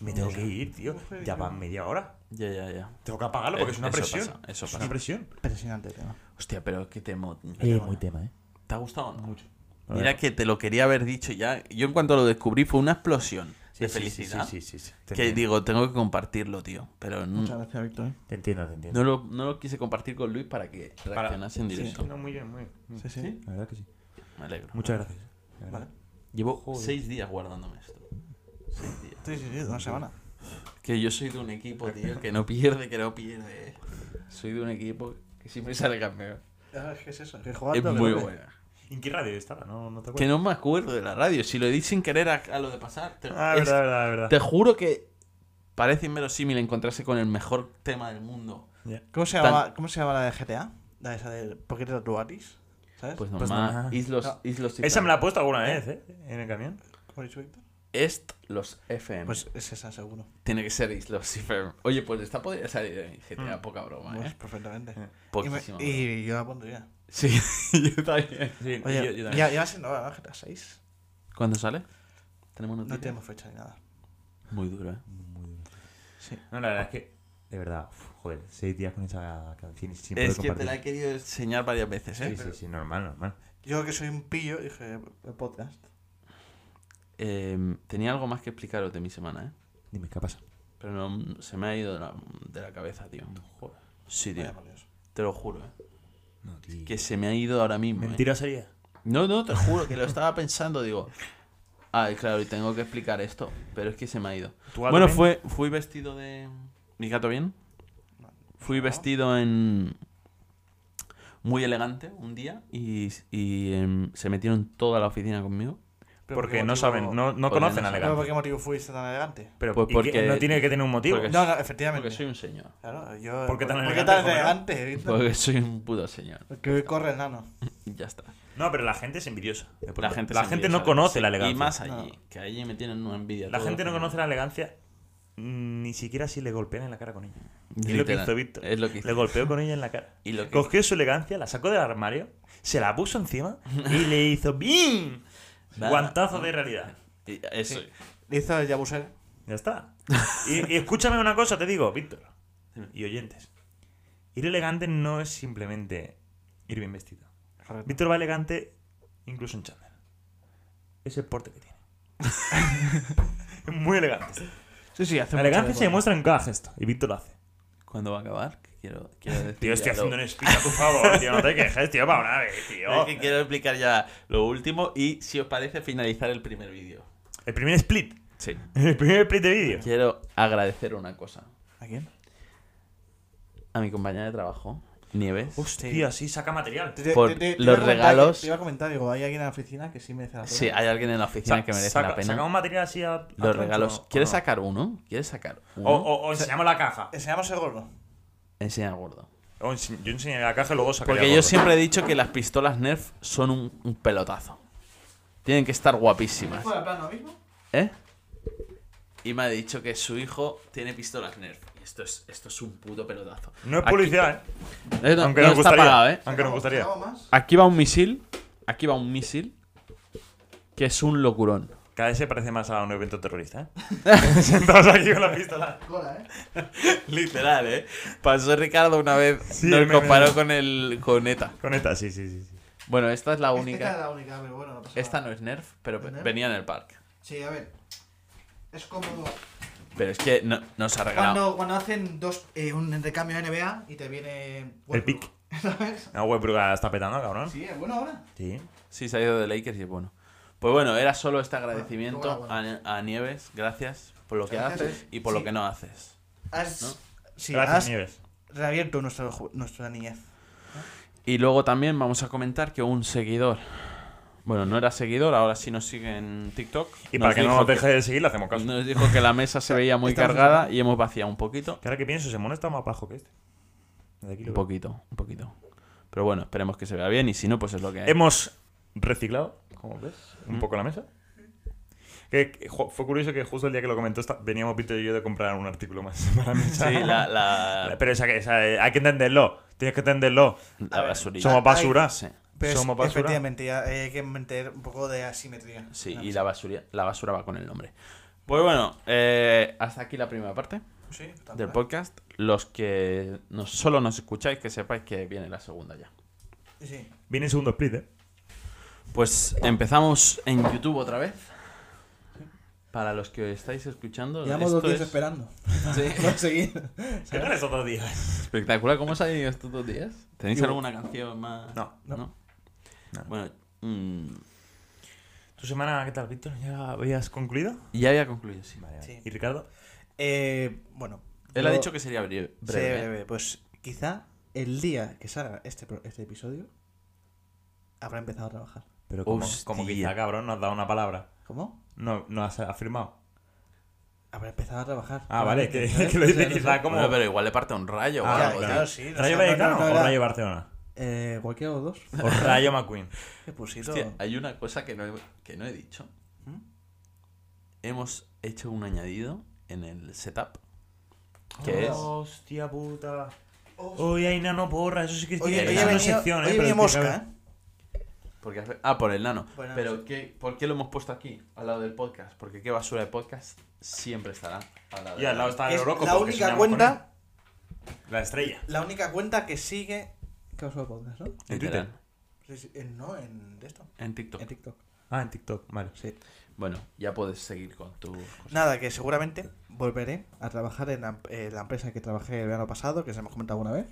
Me tengo que ir, tío. Ya van media hora. Ya, ya, ya. Tengo que apagarlo porque Eh, es una eso presión. pasa, eso es pasa. Eh, una presión. Impresionante el tema. Hostia, pero qué temo. muy tema, ¿eh? ¿Te ha gustado o no? Mucho. Vale. Mira que te lo quería haber dicho ya. Yo en cuanto lo descubrí fue una explosión de felicidad. Sí, sí, sí. Te Que entiendo, digo, tengo que compartirlo, tío. Pero Muchas no, gracias, Víctor. ¿eh? te entiendo. Te entiendo. no lo, no lo quise compartir con Luis para que reaccionase en directo. No, muy bien, muy bien. Sí, sí. La verdad que sí. Me alegro. Muchas gracias. La verdad. Vale. Llevo seis días guardándome esto. Seis días. Sí, sí, sí, una semana. Que yo soy de un equipo, tío, que no pierde, que no pierde. Soy de un equipo que siempre sale campeón. ¿Qué Ah, es eso? Que jugar Es lo que muy toque. buena. ¿En qué radio estaba? No, no te Que acuerdas. no me acuerdo de la radio. Si lo di sin querer a, a lo de pasar. Te, Ah, es- verdad, verdad, verdad. te juro que parece inverosímil encontrarse con el mejor tema del mundo. Ya. ¿Cómo se, Tan- llama, ¿Cómo se llama la de GTA? La esa de ¿Por qué te tatuatis? ¿Sabes? Pues Pues nomás. nada. Islos, No. Islos y Esa tal. me la he puesto alguna vez, ¿eh? En el camión. ¿Cómo he dicho Víctor? Est los FM. Pues es esa, seguro. Tiene que ser Islos FM. Oye, pues esta podría salir en GTA, Mm. poca broma, Pues ¿eh? perfectamente. Y, me- Poquísima. broma. y yo la pondría. Sí, (laughs) yo también. Sí, Oye, yo- yo también. ya, ya va siendo hora, ¿no? GTA 6. ¿Cuándo sale? Tenemos No noticias. tenemos fecha ni nada. Muy duro, ¿eh? Sí. No, la verdad es que, de verdad, uf, joder, seis días con esa canción y sin poder Es que te la he compartir. querido enseñar varias veces, ¿eh? Sí, sí, sí, normal, normal. Yo que soy un pillo, dije, el podcast. Eh, tenía algo más que explicaros de mi semana, ¿eh? Dime, ¿qué pasa? Pero no, se me ha ido de la, de la cabeza, tío. Sí, tío. Vaya por Dios. Te lo juro, ¿eh? No, tío. Que se me ha ido ahora mismo. ¿eh? ¿Mentira sería? No, no, te juro (laughs) que lo estaba pensando, digo. Ay, claro, y tengo que explicar esto, pero es que se me ha ido. ¿Tu gato Bueno, bien? fue, fui vestido de... ¿Mi gato bien? Fui vestido en... Muy elegante un día y, y, em, se metieron toda la oficina conmigo. Pero Porque qué no motivo- saben, no, no Porque conocen no a saben. Pero ¿Por Legal. qué motivo fuiste tan elegante? Pero Pues ¿y qué? porque- no tiene que tener un motivo. porque- No, no, efectivamente. Porque soy un señor. Claro, yo. ¿Por qué tan ¿por qué elegante, tan Juan? elegante, Víctor? Porque soy un puto señor. Que hoy corre el nano. Y Ya está. No, pero la gente es envidiosa. La gente, la se gente envidia, no conoce sí. la elegancia. Y más allí, No. que allí me tienen una envidia. La todo gente el no mundo. conoce la elegancia mm, ni siquiera si le golpean en la cara con ella. Es lo que Literal, hizo Víctor. es lo que hizo. Le golpeó con ella en la cara. Y lo que- Cogió su elegancia, la sacó del armario, se la puso encima y le hizo ¡Bim! Nada. Guantazo de realidad. Y Eso. Le hizo el Yabusel. Ya está. Y, y escúchame una cosa, te digo, Víctor. Y oyentes. Ir elegante no es simplemente ir bien vestido. Víctor va elegante incluso en chándal. Es el (laughs) porte que tiene. es muy elegante. Sí, sí, hace La mucho elegancia se deporte. demuestra en cada gesto. Y Víctor lo hace. ¿Cuándo va a acabar? Que Quiero, quiero decir (laughs) Tío, estoy ya lo- haciendo un speech a tu favor, tío. No te quejes, tío, para una vez, tío. Es que quiero explicar ya lo último y, si os parece, finalizar el primer vídeo. El primer split. Sí. El primer split de vídeo. Quiero agradecer una cosa. ¿A quién? A mi compañera de trabajo, Nieves. Hostia, sí, saca material. Te- te- Por te- te los iba a comentar, regalos. Te iba a comentar, digo, hay alguien en la oficina que sí merece la pena. Sí, hay alguien en la oficina Sa- que merece saca- la pena. Sacamos material así a. a Los troncho, regalos. ¿o ¿Quieres no? sacar uno? ¿Quieres sacar uno? O, o- o enseñamos la caja. Enseñamos el gordo. Enseña al gordo. O ense- yo enseñaré la caja y luego sacaré. Porque la yo gorra. siempre he dicho que las pistolas Nerf son un, un pelotazo. Tienen que estar guapísimas. ¿Fuera plano mismo? ¿Eh? Y me ha dicho que su hijo tiene pistolas Nerf. Y esto es, esto es un puto pelotazo. No es Aquí- publicidad, ¿eh? Eh, no, Aunque no nos está gustaría. pagado, ¿eh? Aunque nos gustaría. ¿Sacamos más? Aquí va un misil. Aquí va un misil. Que es un locurón. Cada vez se parece más a un evento terrorista. (laughs) ¿eh? Sentados aquí con la pistola. Cola, ¿eh? Literal, ¿eh? Pasó Ricardo una vez, Sí, nos me- comparó con el con ETA. Con ETA, sí, sí, sí. sí. Bueno, esta es la Esta es única. la única, pero bueno, no pasa Esta nada. no es Nerf, pero ¿Es Nerf? venía en el parque. Sí, a ver. Es cómodo. Pero es que no, nos ha regalado. Cuando, cuando hacen dos, eh, un intercambio de NBA y te viene. El pick. (laughs) ¿Sabes? Ah, güey, pero la está petando, cabrón. Sí. Sí, es bueno ahora. Sí, se ha ido de Lakers y es bueno. Pues bueno, era solo este agradecimiento luego la a, a Nieves. Gracias por lo que Gracias. haces y por lo Sí. que no haces. Has. ¿No? Sí, Gracias, has Nieves. reabierto nuestro ju- nuestra niñez. Y luego también vamos a comentar que un seguidor. Bueno, no era seguidor, ahora sí nos sigue en TikTok. Y Nos para que no dijo nos deje de seguir, le hacemos caso. Nos dijo que la mesa se veía muy Estamos cargada y hemos vaciado un poquito. Que ahora que pienso, Semón está más bajo que este. Desde aquí lo Un veo. poquito, un poquito. Pero bueno, esperemos que se vea bien y si no, pues es lo que hay. Hemos reciclado, como ves, Mm. un poco la mesa. Que- que jo- fue curioso que justo el día que lo comentó esta- veníamos Víctor y yo de comprar un artículo más (laughs) para la mesa. Sí, la, la, Pero esa, que- esa, eh, hay que entenderlo. Tienes que entenderlo. la basurilla. Somos Ay, basura. Sí, Pero es- Somos basura. efectivamente, ya eh, hay que meter un poco de asimetría. sí, No, y la basura, la basura va con el nombre. Pues bueno, eh, hasta aquí la primera parte Sí, está del bien. podcast. Los que no, solo nos escucháis, que sepáis que viene la segunda ya. Sí. Viene el segundo split, ¿eh? Pues empezamos en YouTube otra vez. Para los que estáis escuchando, Llevamos esto dos días es esperando. (laughs) Sí. No seguir. ¿Qué tal esos dos días? espectacular. ¿Cómo os ha ido estos dos días? ¿Tenéis Yo- alguna canción más? No, no. No. Bueno, mm, ¿Tu semana qué tal, Víctor? ¿Ya habías concluido? ya había concluido, sí. Vale, vale. Sí. ¿Y Ricardo? Eh, bueno. Él yo- ha dicho que sería breve. Sí, breve. Pues quizá el día que salga este, pro- este episodio habrá empezado a trabajar. Pero como, como Hostia. quizá, cabrón, nos has dado una palabra. ¿Cómo? No, no has afirmado. Habrá empezado a trabajar. Ah, vale, que, Probablemente, (laughs) (laughs) que lo dice ¿sabes? O sea, quizá no sé. como... Bueno, pero igual le parte un rayo. o Ah, algo, claro, tío. sí, no sé, ¿Rayo no, no, Vallecano no, o era- Rayo Barcelona? Eh, cualquiera de los dos. O Rayo McQueen. Qué pusito. Hostia, hay una cosa que no he, que no he dicho. ¿Mm? Hemos hecho un añadido en el setup. ¿Qué ¿Qué es? es? Hostia puta. Oye, Oye, hay nano porra, eso sí que Oye, Era hoy una ha venido, sección, hoy ha pero venido mosca, explícame. ¿eh? Porque hace- Ah, por el nano. Por el nano, Pero ¿qué, ¿por qué lo hemos puesto aquí, al lado del podcast? Porque qué basura de podcast siempre estará al lado. Y del al nano. lado está el Es Oroco. la porque única soñamos con cuenta, él. La estrella. la única cuenta que sigue. ¿Qué os podcast, no? En Literal. Twitter. Sí, sí, en- no, en de esto. En TikTok. En TikTok. Ah, en TikTok, vale. Sí. Bueno, ya puedes seguir con tu... cosa. Nada, que seguramente volveré a trabajar en la, eh, la empresa que trabajé el verano pasado, que se hemos comentado alguna vez.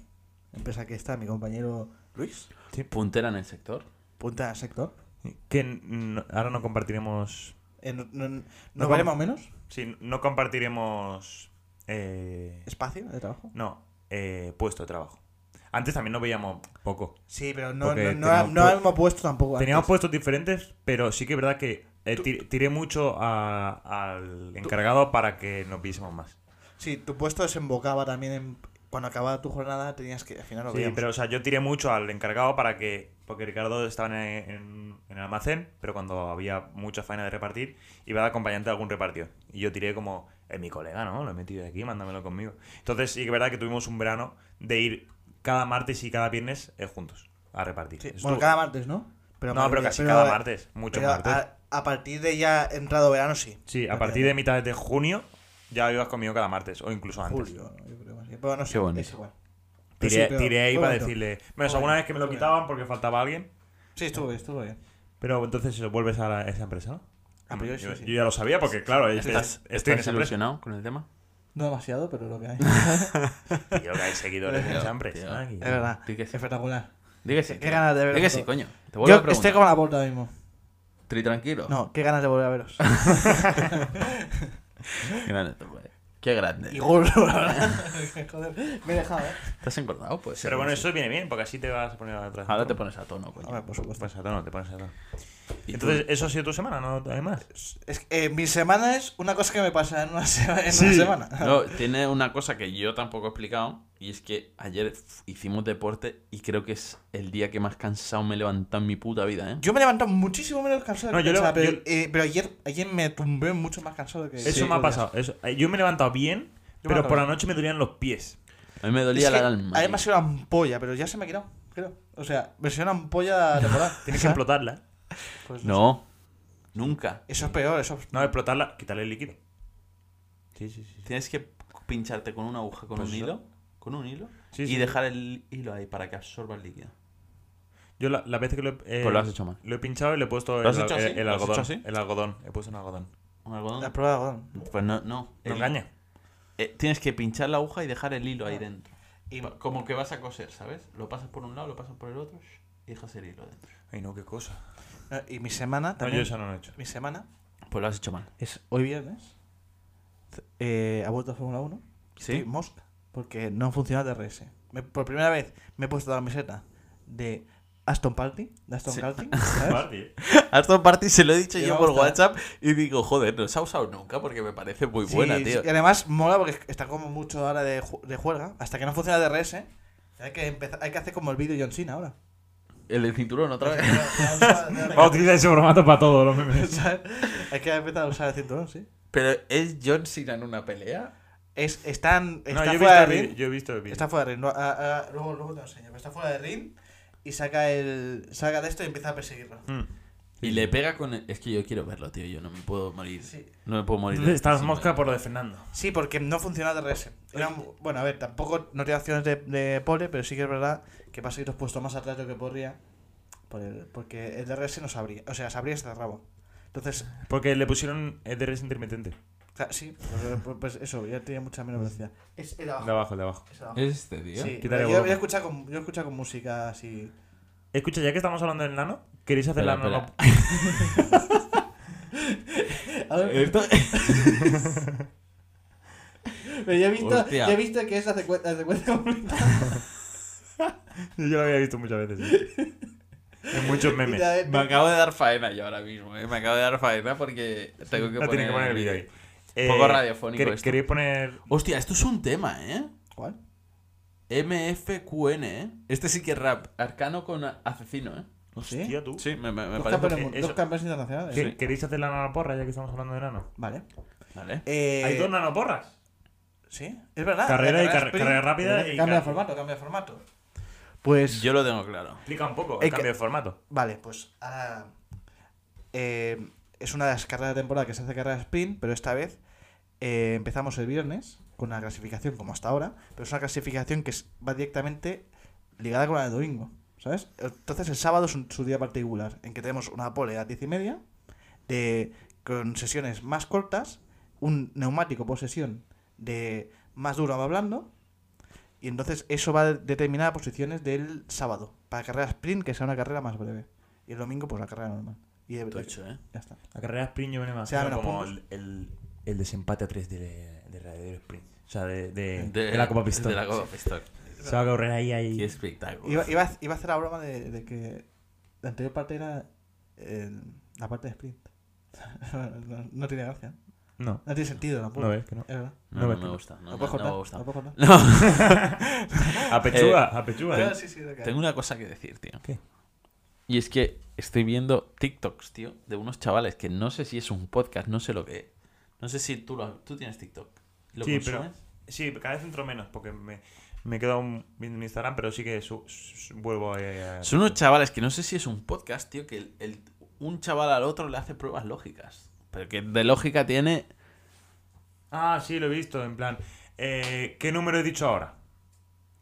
Empresa que está mi compañero Luis, Puntera en el sector. punta al sector. Que n- ahora no compartiremos... Eh, no, no, no No, vale vamos. más o menos Sí, no compartiremos... Eh, espacio de trabajo? no, eh, puesto de trabajo. Antes también nos veíamos poco. Sí, pero no, Porque no, no, teníamos no pu- hemos puesto tampoco. Teníamos antes. puestos diferentes, pero sí que es verdad que eh, tir- tiré mucho a- al encargado para que nos viésemos más. Sí, tu puesto desembocaba también en. Cuando acababa tu jornada tenías que. Al final lo Sí, veíamos. pero o sea, yo tiré mucho al encargado para que. Porque Ricardo estaba en, en- en el almacén, pero cuando había mucha faena de repartir, iba de acompañante de algún repartido. Y yo tiré como, es mi colega, ¿no? Lo he metido de aquí, mándamelo conmigo. Entonces sí que es verdad que tuvimos un verano de ir cada martes y cada viernes eh, juntos a repartir. Sí, Eso bueno, estuvo- cada martes, ¿no? Pero No, pero mayoría- casi cada martes, muchos pero martes. A, a partir de ya entrado verano, sí. Sí, a partir de mitad de junio ya ibas conmigo cada martes, o incluso antes. julio, ¿no? yo creo más. Pero no sé, Qué bonito. es igual. Pero sí, Tiré, pero tiré ahí fue para bonito. decirle. Menos alguna vez que me lo Bueno. quitaban porque faltaba alguien. Sí, estuvo bien, estuvo bien. Pero entonces si lo vuelves a, la- esa empresa, ¿no? A priori sí, yo, sí. yo ya lo sabía porque, claro, este- ¿Estás, estoy en estás esa empresa. ilusionado con el tema? No demasiado, pero lo que (laughs) hay. Tío, que hay seguidores en esa Tío. empresa. es verdad. Di que sí. Espectacular. Dígase. Qué ganas de verlo Di que sí, todo. coño. Te vuelvo Yo a preguntar. estoy como la puerta ahora mismo. Tri tranquilo. No, qué ganas de volver a (laughs) veros. Qué grande. te fue. Qué grande. y gordo, la verdad. (laughs) Joder, me he dejado, ¿eh? ¿Te has engordado? Pues Pero bueno, eso viene bien porque así te vas a poner atrás. Ahora te pones a tono, coño. A ver, Ah, por Te supuesto. pones a tono, te pones a tono. Y tú- Entonces, eso ha sido tu semana, ¿no? Además. Es que, eh, mi semana es una cosa que me pasa en una, (laughs) sema- en Sí. una semana. No, tiene una cosa que yo tampoco he explicado. Y es que ayer f- hicimos deporte y creo que es el día que más cansado me he levantado en mi puta vida, ¿eh? Yo me he levantado muchísimo menos cansado No, que yo pensaba, le- pero, yo- eh, pero ayer, ayer me tumbé mucho más cansado que... Eso que me ha otros pasado. eso- eh, Yo me he levantado bien, Yo me pero he por la levantado noche me dolían los pies. A mí me días. dolía Es la que alma. Ayer me ha tío. sido una ampolla, pero ya se me ha quitado, creo. O sea, me ha sido una ampolla temporal. Tienes que explotarla. Pues No. Nunca. Eso es peor, eso es... No, explotarla, quitarle el líquido. Sí, sí, sí. Tienes que pincharte con una aguja, con Pues un eso. hilo, con un hilo, Sí, y sí. dejar el hilo ahí para que absorba el líquido. Yo la, la vez que lo he. eh, Pues lo has hecho mal. Lo he pinchado y le he puesto ¿Lo has el, hecho el- así? el ¿Lo has algodón. hecho así? El algodón. He puesto un algodón. ¿Un algodón? La prueba de algodón. Pues no, no. No El- engaña. eh, tienes que pinchar la aguja y dejar el hilo ahí dentro. Ah. Y Pa- Como que vas a coser, ¿sabes? Lo pasas por un lado, lo pasas por el otro shh, y dejas el hilo dentro. Ay, no, qué cosa. No, Eh, Y mi semana No, yo también. eso no lo he hecho. Mi semana Pues lo has hecho mal. es hoy viernes. Eh, ha vuelto a Fórmula 1. ¿Sí? Estoy mosca. Porque no funciona TRS. Me- por primera vez me he puesto la camiseta de Aston Party. De Aston Sí. (laughs) Martin, ¿sabes? Vale, tío. Aston Party se lo he dicho Y yo me por gusta. WhatsApp y digo, joder, no se ha usado nunca porque me parece muy Sí, buena, sí, tío. Y además mola porque está como mucho ahora de, ju- de juerga. Hasta que no funciona DRS, hay que, empezar, hay que hacer como el vídeo John Cena (laughs) ahora. El del cinturón otra (laughs) vez. Va a utilizar ese formato para todos (laughs) los memes. hay que empezar a usar el cinturón, sí. Pero ¿es John Cena en una pelea? Es, están, No, está yo he visto fuera el de ring. vídeo, yo he visto el vídeo. Está fuera de ring. No, ah, ah, luego, luego te lo enseño. Pero está fuera de ring y saca el saca de esto y empieza a perseguirlo. Mm. Y le pega con... el- Es que yo quiero verlo, tío. Yo no me puedo morir. Sí. No me puedo morir. (laughs) de- Estás sin mosca por lo de Fernando. Sí, porque no funciona DRS. Era un- bueno, a ver, tampoco no tiene acciones de, de pole, pero sí que es verdad que pasa que los puesto más atrás de lo que podría. por el- porque el DRS no sabría. O sea, sabría este rabo. Entonces, Porque le pusieron eh, DRS intermitente. ca- sí, pues, pues, pues eso, ya tenía mucha menos velocidad. Es el de De abajo. abajo, el de abajo. es el de abajo. ¿Es este, tío? Sí, Quítale yo, yo volumen. he escuchado con, yo he escuchado con música así. Escucha, ya que estamos hablando del nano, ¿queréis hacer Espera, la nano? A ver, (laughs) Pero ya he visto, Hostia. ya he visto que es la secue- la secuencia completa. (laughs) Yo lo había visto muchas veces. (laughs) sí. en muchos memes. Ya, eh, Me acabo de dar faena yo ahora mismo, ¿eh? Me acabo de dar faena porque tengo que Ah, tiene poner... que poner el vídeo ahí. Eh, Poco radiofónico ¿quere- esto. ¿Queréis poner Hostia, esto es un tema, ¿eh? ¿Cuál? MFQN, ¿eh? Este sí que es rap. Arcano con a- asesino, ¿eh? ¿Sí? Tía, tú. Sí, me, me- me Dos parece... campeones, que dos eso- campeones internacionales. ¿Qué- ¿Queréis hacer la nanoporra ya que estamos hablando de nano? Vale. Vale. Eh, Hay dos nanoporras. Sí, es verdad. Carrera La y car- sprint. carrera rápida Verdad que y Cambia de car- formato, cambia de formato. Pues. Yo lo tengo claro. Explica un poco Hay el que- cambio de formato. Vale, pues ahora. eh, es una de las carreras de temporada que se hace carrera sprint, pero esta vez eh, empezamos el viernes con una clasificación como hasta ahora, pero es una clasificación que es- va directamente ligada con la del domingo, ¿sabes? Entonces el sábado es un- su día particular, en que tenemos una pole a las diez y media, de, con sesiones más cortas, un neumático por sesión de más duro a más blando, y entonces eso va a determinar posiciones del sábado, para carrera sprint, que sea una carrera más breve. Y el domingo, pues la carrera normal. Y de, Tocho, ¿eh? ya está. La carrera sprint yo me Se dan imagino los como el, puntos. el, el desempate a tres de, de Radiador Sprint. O sea, de, de, De- de la Copa Pistón. De la Copa Pistol. Se va a correr ahí, ahí. Qué espectáculo. Iba, iba, a- iba a hacer la broma de, de que la anterior parte era eh, la parte de sprint. (laughs) no, no tiene gracia. No, No tiene sentido tampoco. no es que no. Es verdad. No No, no, me me explico. gusta. No, lo me, puedes no cortar. me gusta. lo puedes cortar. No. A pechuga, a pechuga. Pero ¿eh? sí, sí, lo que hay. Tengo una cosa que decir, tío. ¿Qué? Y es que estoy viendo TikToks, tío, de unos chavales que no sé si es un podcast, no sé lo que es. No sé si tú, lo, tú tienes TikTok. ¿Lo Sí, pero, consumes? sí, cada vez entro menos porque me, me quedo un- viendo mi Instagram, pero sí que su- su- vuelvo a... a- Son unos chavales que no sé si es un podcast, tío, que el- el- un chaval al otro le hace pruebas lógicas. Pero que de lógica tiene... Ah, sí, lo he visto, en plan... eh, ¿Qué número he dicho ahora?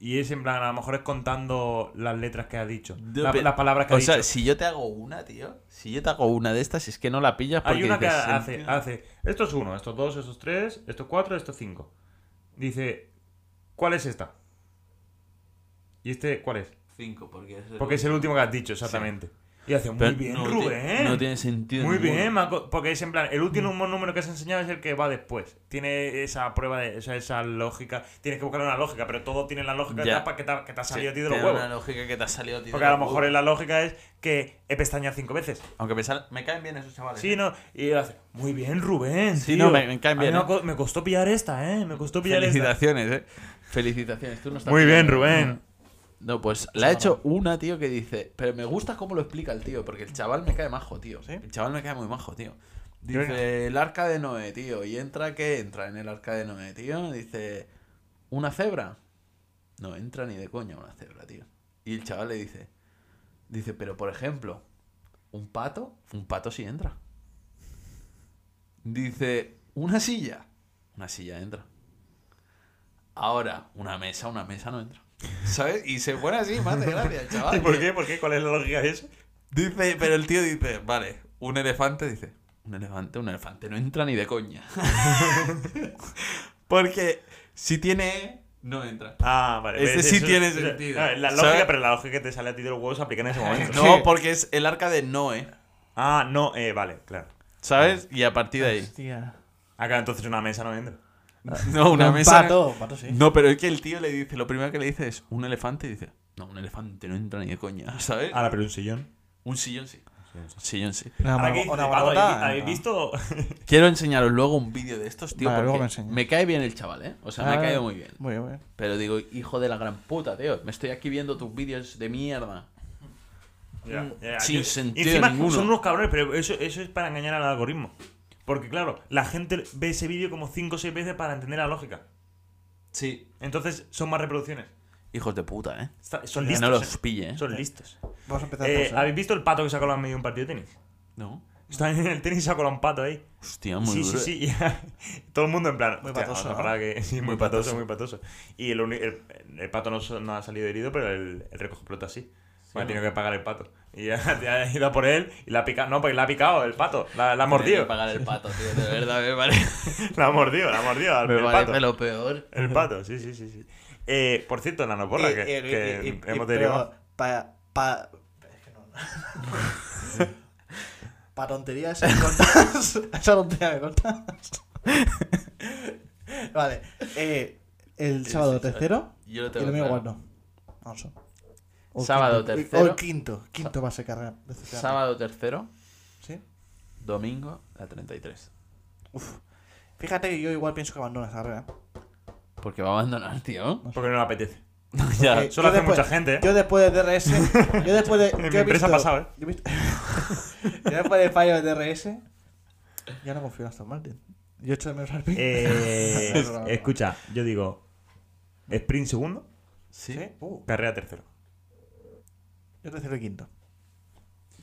Y es en plan, a lo mejor es contando las letras que ha dicho. la- Pe- las palabras que O ha sea, dicho. si yo te hago una, tío, si yo te hago una de estas, es que no la pillas porque Hay una que dices, "Em, hace, ah, "Entiendo". hace, estos uno, estos dos, estos tres, estos cuatro, estos cinco. Dice, ¿cuál es esta? ¿Y este cuál es? Cinco, porque es el Porque es el último que has dicho, exactamente. Y hace, muy Pero bien, no ti- Rubén. no tiene sentido Muy ninguno. Mm. bien, me ha co- porque es en plan, el último número que has enseñado es el que va después. Tiene esa prueba, de, o sea, esa lógica. Tienes que buscar una lógica, pero todo tiene la lógica Ya. detrás para que te, ha- que te ha salido a ti de los Tiene huevos. una lógica que te ha salido a ti de Porque a lo los mejor huevos. la lógica es que he pestañado cinco veces. Aunque me, sal- me caen bien esos chavales. Sí, no. Y él hace, muy bien, Rubén. Sí, tío. no, me- me cae A mí bien, me ¿eh? co- Me costó pillar esta, ¿eh? Me costó pillar esta. Felicitaciones, eh. Felicitaciones. Tú no estás Muy bien, pillando. Rubén. No, pues la ha hecho una, tío, que dice. Pero me gusta cómo lo explica el tío, porque el chaval me cae majo, tío. ¿Sí? El chaval me cae muy majo, tío. Dice, el arca de Noé, tío. ¿Y entra qué? Entra en el arca de Noé, tío. Dice, ¿una cebra? No entra ni de coña una cebra, tío. Y el chaval le dice, dice, pero por ejemplo, un pato, un pato sí entra. Dice, ¿una silla? Una silla entra. Ahora, una mesa, una mesa no entra. ¿Sabes? Y se pone así, más de gracia, chaval. (laughs) ¿Y (laughs) por qué? ¿Por qué? ¿Cuál es la lógica de eso? Dice, pero el tío dice, vale, un elefante, dice, un elefante, un elefante, no entra ni de coña. (laughs) Porque si tiene, E, no (laughs) entra. Ah, vale. Este ves, sí eso- tiene eso- sentido. a ver, la ¿Sabes? lógica, pero la lógica que te sale a ti de los huevos se aplica en ese momento. No, porque es el arca de Noé, Ah, no, eh, vale, claro. ¿sabes? Y a partir de (laughs) ahí. Hostia. Acá entonces una mesa no entra. No, una Un mesa. Pato, un pato sí. No, pero es que el tío le dice, lo primero que le dice es un elefante y dice, no, un elefante no entra ni de coña, (laughs) ¿sabes? Ah. Ahora, pero un sillón. Un sillón sí. sillón sí. Un sillón sí. Una Ahora, mar- ¿qué dices? una Pablo, marmota, ¿habéis- ¿Habéis no. visto? (laughs) Quiero enseñaros luego un vídeo de estos, tío, Vale, luego me porque me, enseñas. cae bien el chaval, ¿eh? O sea, me ha Ah, caído muy bien. Muy bien, muy bien. Pero digo, hijo de la gran puta, tío, me estoy aquí viendo tus vídeos de mierda. Ya, ya, Mm, Sin que- sentido encima ninguno. son unos cabrones, pero eso, eso es para engañar al algoritmo. Porque claro, la gente ve ese vídeo como 5 o 6 veces para entender la lógica. Sí. Entonces son más reproducciones. Hijos de puta, ¿eh? Está- son Que listos. no los eh. pille, ¿eh? Son listos. Vamos a empezar Eh, por ¿Habéis visto el pato que se ha colado en medio de un partido de tenis? No. Mm. Está en el tenis y se ha colado un pato ahí. Hostia, Ah, muy sí, duro. ¿eh? sí, sí, (laughs) Todo el mundo en plan. Muy hostia, patoso, ojalá ¿no? que- (laughs) sí, muy, Muy patoso, patoso. muy patoso. Y el, uni- el, el pato no, so- no ha salido herido, pero el, el recoge plata sí. ¿no? Bueno, tiene que pagar el pato. Y ya, (laughs) ya ha ido a por él y la ha picado. No, pues la ha picado el pato. La, la Tiene que ha mordido. pagar el pato, tío, de verdad, me parece, (laughs) La ha mordido, la ha mordido al me el parece pato. lo peor. El pato, sí, sí, sí. sí. Eh, por cierto, Nanoporra, Eh, que, eh, que eh, eh, hemos eh, derivado. pero Pa, pa, es que no, no. (laughs) pa tonterías me cortas. (laughs) Esa tontería me cortas. (laughs) vale. Eh, el Sí, sábado sí, sí. tercero Yo lo y el tengo domingo claro. cuarto. Vamos. O Sábado quinto, tercero. O el quinto. Quinto va a ser carrera. de CCR. Sábado tercero, ¿Sí? domingo la 33. Uf. Fíjate que yo igual pienso que abandono esa carrera. Porque va a abandonar, tío. (laughs) Porque no le apetece. ya. Eh, Solo yo hace después- mucha gente, ¿eh? Yo después de (laughs) DRS. Yo después de. En mi yo he empresa ha visto- pasado, ¿eh? Yo, he visto- (laughs) yo después de fallo de DRS. Ya no confío en Aston Martin. Yo echo de menos al Alpine. (laughs) Eh, No, no, no. escucha, yo digo. Sprint segundo, ¿Sí? ¿Sí? Uh, carrera tercero. yo tercero y quinto.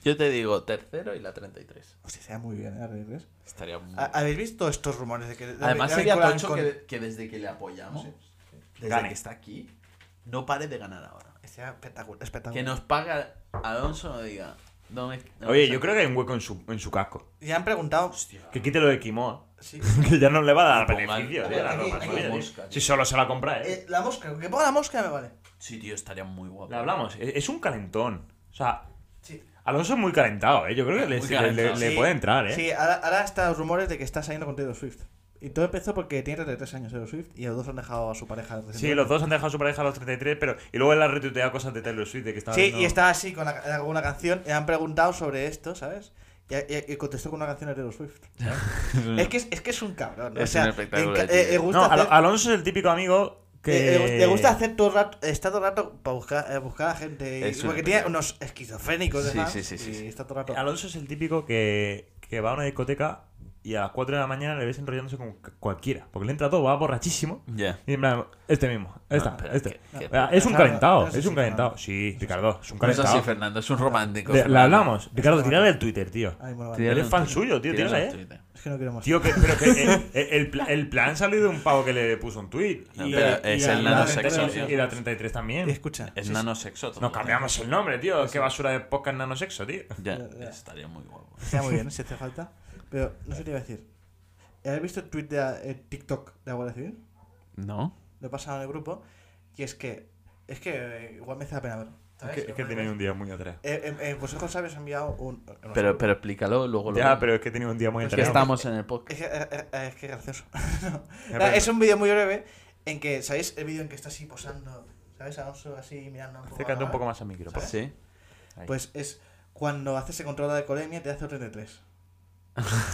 Yo te digo tercero y la 33. Hostia, se da muy bien, ¿eh? DRS. Estaría muy... ¿Ha- ¿Habéis visto estos rumores de que. de- Además de- sería vinculan tocho Ah, con- que, que desde que le apoyamos, desde Gane. que está aquí, no pare de ganar ahora. Sería espectacular. Que espectacular. nos paga Alonso no diga. no me- no Oye, me- yo creo que hay un hueco en su, en su casco. Ya han preguntado. Que quite lo de Kimoa. (laughs) Sí. Que ya no le va a dar Y ponga el- beneficio. ponga tío, la el- ropa aquí- suya, aquí tío. mosca, tío. Si solo se la compra, ¿eh? Eh, la mosca, que ponga la mosca me vale. Sí, tío, estaría muy guapo. La hablamos. e-, Es es un calentón. O sea, Sí. Alonso es muy calentado, ¿eh? Yo creo que le, Muy le- calentado. le- le Sí. puede entrar, ¿eh? Sí, ahora, ahora están los rumores de que está saliendo con Taylor Swift. Y todo empezó porque tiene 33 años Taylor Swift y los dos han dejado a su pareja. Sí, recientemente. los dos han dejado a su pareja a los 33, pero. Y luego él ha retuiteado cosas de Taylor Swift de que estaba. Sí, viendo- y estaba así con la- alguna canción. Le han preguntado sobre esto, ¿sabes? Y, y- y contestó con una canción de (laughs) Taylor Swift. ¿sabes? es, que es, es que es un cabrón. ¿no? Es o sea, un espectáculo le enca- de tío. eh, le gusta No, hacer- Al- Alonso es el típico amigo que. eh, le gu- le gusta hacer todo el rato, está todo el rato para buscar, eh, buscar a gente. y- Es un porque tiene espectáculo. unos esquizofrénicos, Sí, además, sí, sí, sí, y sí. está todo el rato. Eh, Alonso es el típico que, que va a una discoteca y a las 4 de la mañana le ves enrollándose con cu- cualquiera. Porque le entra todo, va borrachísimo. Ya. Y en plan, este mismo, esta, pero este. que- que- Ah, es un Claro, calentado, pero eso es sí, un calentado. Fernando. Sí, Ricardo, es un No es así, calentado. Fernando, es un romántico. Le- La Fernando. hablamos. Ricardo, tírale el Twitter, tío. Ay, bueno, vale. Tírale Eres un fan Twitter. suyo, tío, Tírale tírale, un eh. Twitter. Es que no quiero más. Tío, que, pero que el, el pla- el plan salió de un pavo que le puso un tweet. No, y, pero la- y es la- el y la nanosexo, 33 tío. Y la 33 también. Eh, Escucha. Es sí, nanosexo. todo. Nos cambiamos el nombre, tío. Qué basura de podcast nanosexo, tío. Ya, Ya, ya. estaría muy guapo. (laughs) Está muy bien, si hace falta. Pero no sé qué te iba a decir. ¿Habéis visto el tweet de eh, TikTok de la Guardia Civil? ¿No? Lo he pasado en el grupo. Y es que. Es que eh, igual me hace la pena verlo. Es ¿sabes? que, es que he tenido un día muy atrás. Eh, eh, eh, Consejo Sabio os ha enviado un. no sé. Pero, pero explícalo, luego lo Ya, vemos. pero es que he tenido un día muy Es que Es que atrás. estamos en el podcast. Es que, eh, eh, eh, es que (laughs) gracioso. No. Ya, Nada, pero- Es un vídeo muy breve en que, ¿sabéis el vídeo en que está así posando? ¿Sabes? Alonso así mirando un poco. a la Acércate un cámara? poco más al micro. por favor. Sí. Ahí. Pues es cuando haces ese control de alcoholemia te hace (laughs) 33.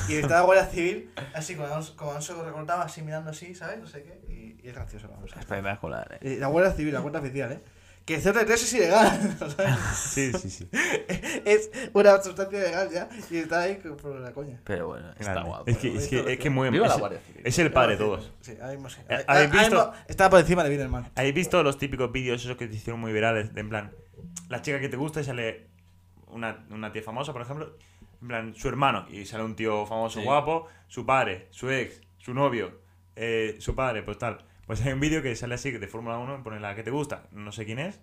y está la Guardia Civil, así como Alonso, como Alonso recortaba, así mirando así, ¿sabes? No sé qué. Y, y es gracioso, (laughs) vamos. Espectacular, eh. Eh, La Guardia Civil, la cuenta oficial, ¿eh? Que el 33 es ilegal, (laughs) ¿sabes? Sí, sí, sí. (laughs) es una sustancia ilegal ya. Y está ahí con- por la coña. Pero bueno, está Grande. guapo. Es que, es que, es que muy Viva la es- Guardia Civil. Es el padre de todos. Sí, ahora mismo sí. Ahora Eh, ¿habéis mismo visto? Está por encima de bien, hermano. ¿Habéis visto los típicos vídeos esos que te hicieron muy virales? De en plan, la chica que te gusta y sale una, una tía famosa, por ejemplo, En plan, su hermano. Y sale un tío famoso Sí. guapo, su padre, su ex, su novio, eh, su padre, pues tal. Pues hay un vídeo que sale así, de Fórmula 1, pone la que te gusta, no sé quién es,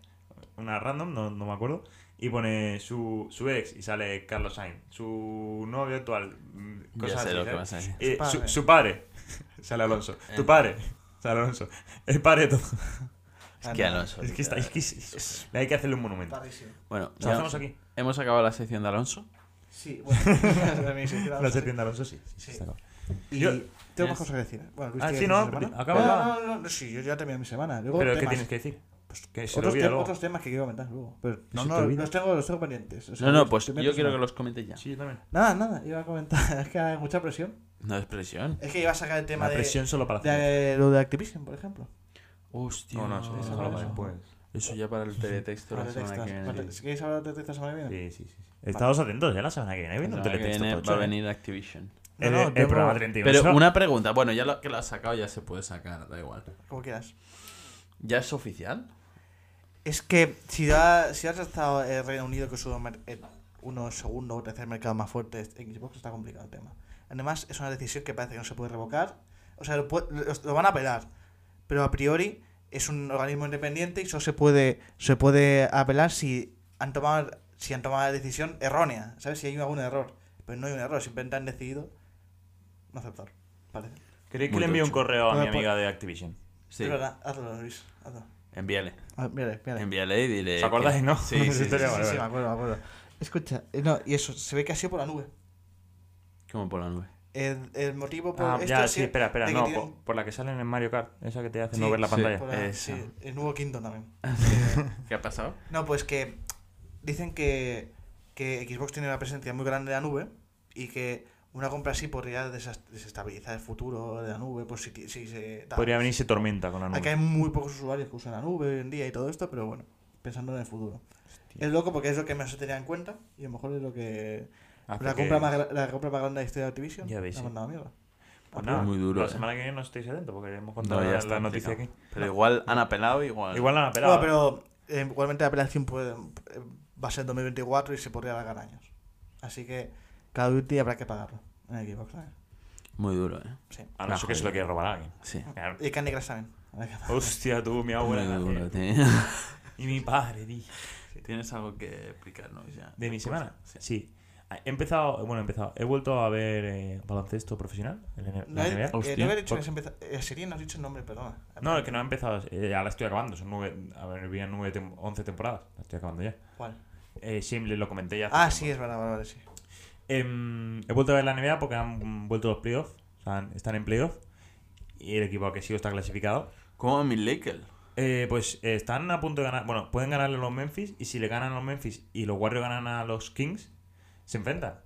una random, no, no me acuerdo. Y pone su, su ex y sale Carlos Sainz, su novio actual, mm, Ya cosas sé así, lo que ¿sabes? vas a decir. Eh, Su padre. su, su padre, (laughs) sale Alonso. Eh. Tu padre, sale Alonso. El padre de todo. Es que Alonso. Es que, está, es que es- es- hay que hacerle un monumento. Padrísimo. Bueno, Lo ya hacemos aquí. hemos acabado la sección de Alonso. Sí, (laughs) bueno. (laughs) la mi sección, La sección de Alonso, sí. sí, Sí. está claro. Y Yo- tengo más cosas que decir. ¿eh? Bueno, Luis, Ah, ¿tienes sí, no, tu semana? acaba, acaba. No, no, no, no, sí, yo ya terminé mi semana. Luego Pero ¿qué temas. tienes que decir? Pues que se lo otros, olvida tem- luego. otros temas que quiero comentar luego. Pero no, se no, te olvida. los tengo, los tengo pendientes. O sea, No, no, los- pues primera yo quiero que semana. los comentes ya. Sí, yo también. Nada, nada, iba a comentar. (laughs) Es que hay mucha presión. No es presión. Es que iba a sacar el tema La de, presión solo para hacer. de lo de Activision, por ejemplo. Ah, Hostia. No, no, eso Eso solo no, para eso. después. Eso ya para el teletexto la Para semana textos. que viene. Para- La si ¿Queréis hablar de textos semana que viene? Sí, sí, sí. sí. Estados atentos, ya la semana que viene viene un semana que teletexto viene tocho, va a ¿eh? venir Activision. No, El, no, el tengo- programa 31. Pero Eso- una pregunta. Bueno, ya lo que lo has sacado ya se puede sacar, da igual. Como quieras. ¿Ya es oficial? Es que si, da- si has estado en Reino Unido, que es uno, mer- eh, uno segundo o tercer mercado más fuerte en Xbox, está complicado el tema. Además, es una decisión que parece que no se puede revocar. O sea, lo, pu- lo- lo van a apelar. Pero a priori es un organismo independiente y solo se puede, se puede apelar si han, tomado, si han tomado la decisión errónea. ¿Sabes? Si hay algún error. Pero no hay un error, simplemente han decidido no aceptar. Parece. Creí que Muy le envié un tocho. correo a Bueno, mi amiga de Activision. Sí. Es verdad, hazlo, Luis. Hazlo. Envíale. Ah, mira, mira. Envíale y dile. ¿Os que- acordáis, no? (laughs) Sí, sí, sí. Estaría Sí, vale, sí, vale. me acuerdo, me acuerdo. Escucha, eh, no, y eso, se ve que ha sido por la nube. Como por la nube. El, el motivo por Ah, esto ya, ha sí, sido espera, espera, de que no, eh, tienen- por, por la que salen en Mario Kart, esa que te hace Sí, no ver la sí. pantalla. por la- esa. sí, el nuevo Kingdom también. ¿Qué ha pasado? No, pues que dicen que, que Xbox tiene una presencia muy grande de la nube y que una compra así podría desas- desestabilizar el futuro de la nube, pues si, ti- si se... tal. Podría venirse tormenta con la Aquí hay nube. muy pocos usuarios que usan la nube hoy en día y todo esto, pero bueno, pensando en el futuro. Es loco porque es lo que menos se tenía en cuenta y a lo mejor es lo que... Hace La que- compra, más, gra- la compra más grande de la historia de Activision Ya veis, la sí. han mandado a mierda. Pues nada, Muy duro, La eh. semana que viene no estéis atentos porque hemos No, contado ya la- está la noticia aquí. explicado. Pero igual han apelado, igual. Igual la han Bueno, apelado. pero eh, igualmente la apelación puede, eh, va a ser en 2024 y se podría alargar años. Así que cada Duty habrá que pagarlo en Xbox también. Muy duro, ¿eh? Sí. A no Ah, ser que se lo joder. quiera robar a alguien. Sí. Claro. Y Candy Crush también. habrá (laughs) que pagarlo. Hostia, tú, mi abuela. Muy duro, eh. tío. Y mi padre, tío. (laughs) Tienes algo que explicarnos ya. ¿De mi semana? Sí. Sí. Ah, He empezado, bueno, he empezado. He vuelto a ver eh, baloncesto profesional, el N- No, la eh, NBA. eh, Hostia. no había dicho que se empezó- eh, serie no has dicho el nombre, perdona. No, es que no ha empezado. eh, ya la estoy acabando. Son nueve, a ver, había nueve, tem- once temporadas. La estoy acabando ya. ¿Cuál? Eh, Shimley lo comenté ya. hace Ah, tiempo. sí, es verdad, vale, vale, sí. Em, he vuelto a ver la NBA porque han vuelto los playoffs. O sea, han- están en playoffs. Y el equipo al que sigo está clasificado. Como a mi Lakel. Eh, pues eh, están a punto de ganar. Bueno, pueden ganarle a los Memphis. Y si le ganan a los Memphis y los Warriors ganan a los Kings, se enfrentan.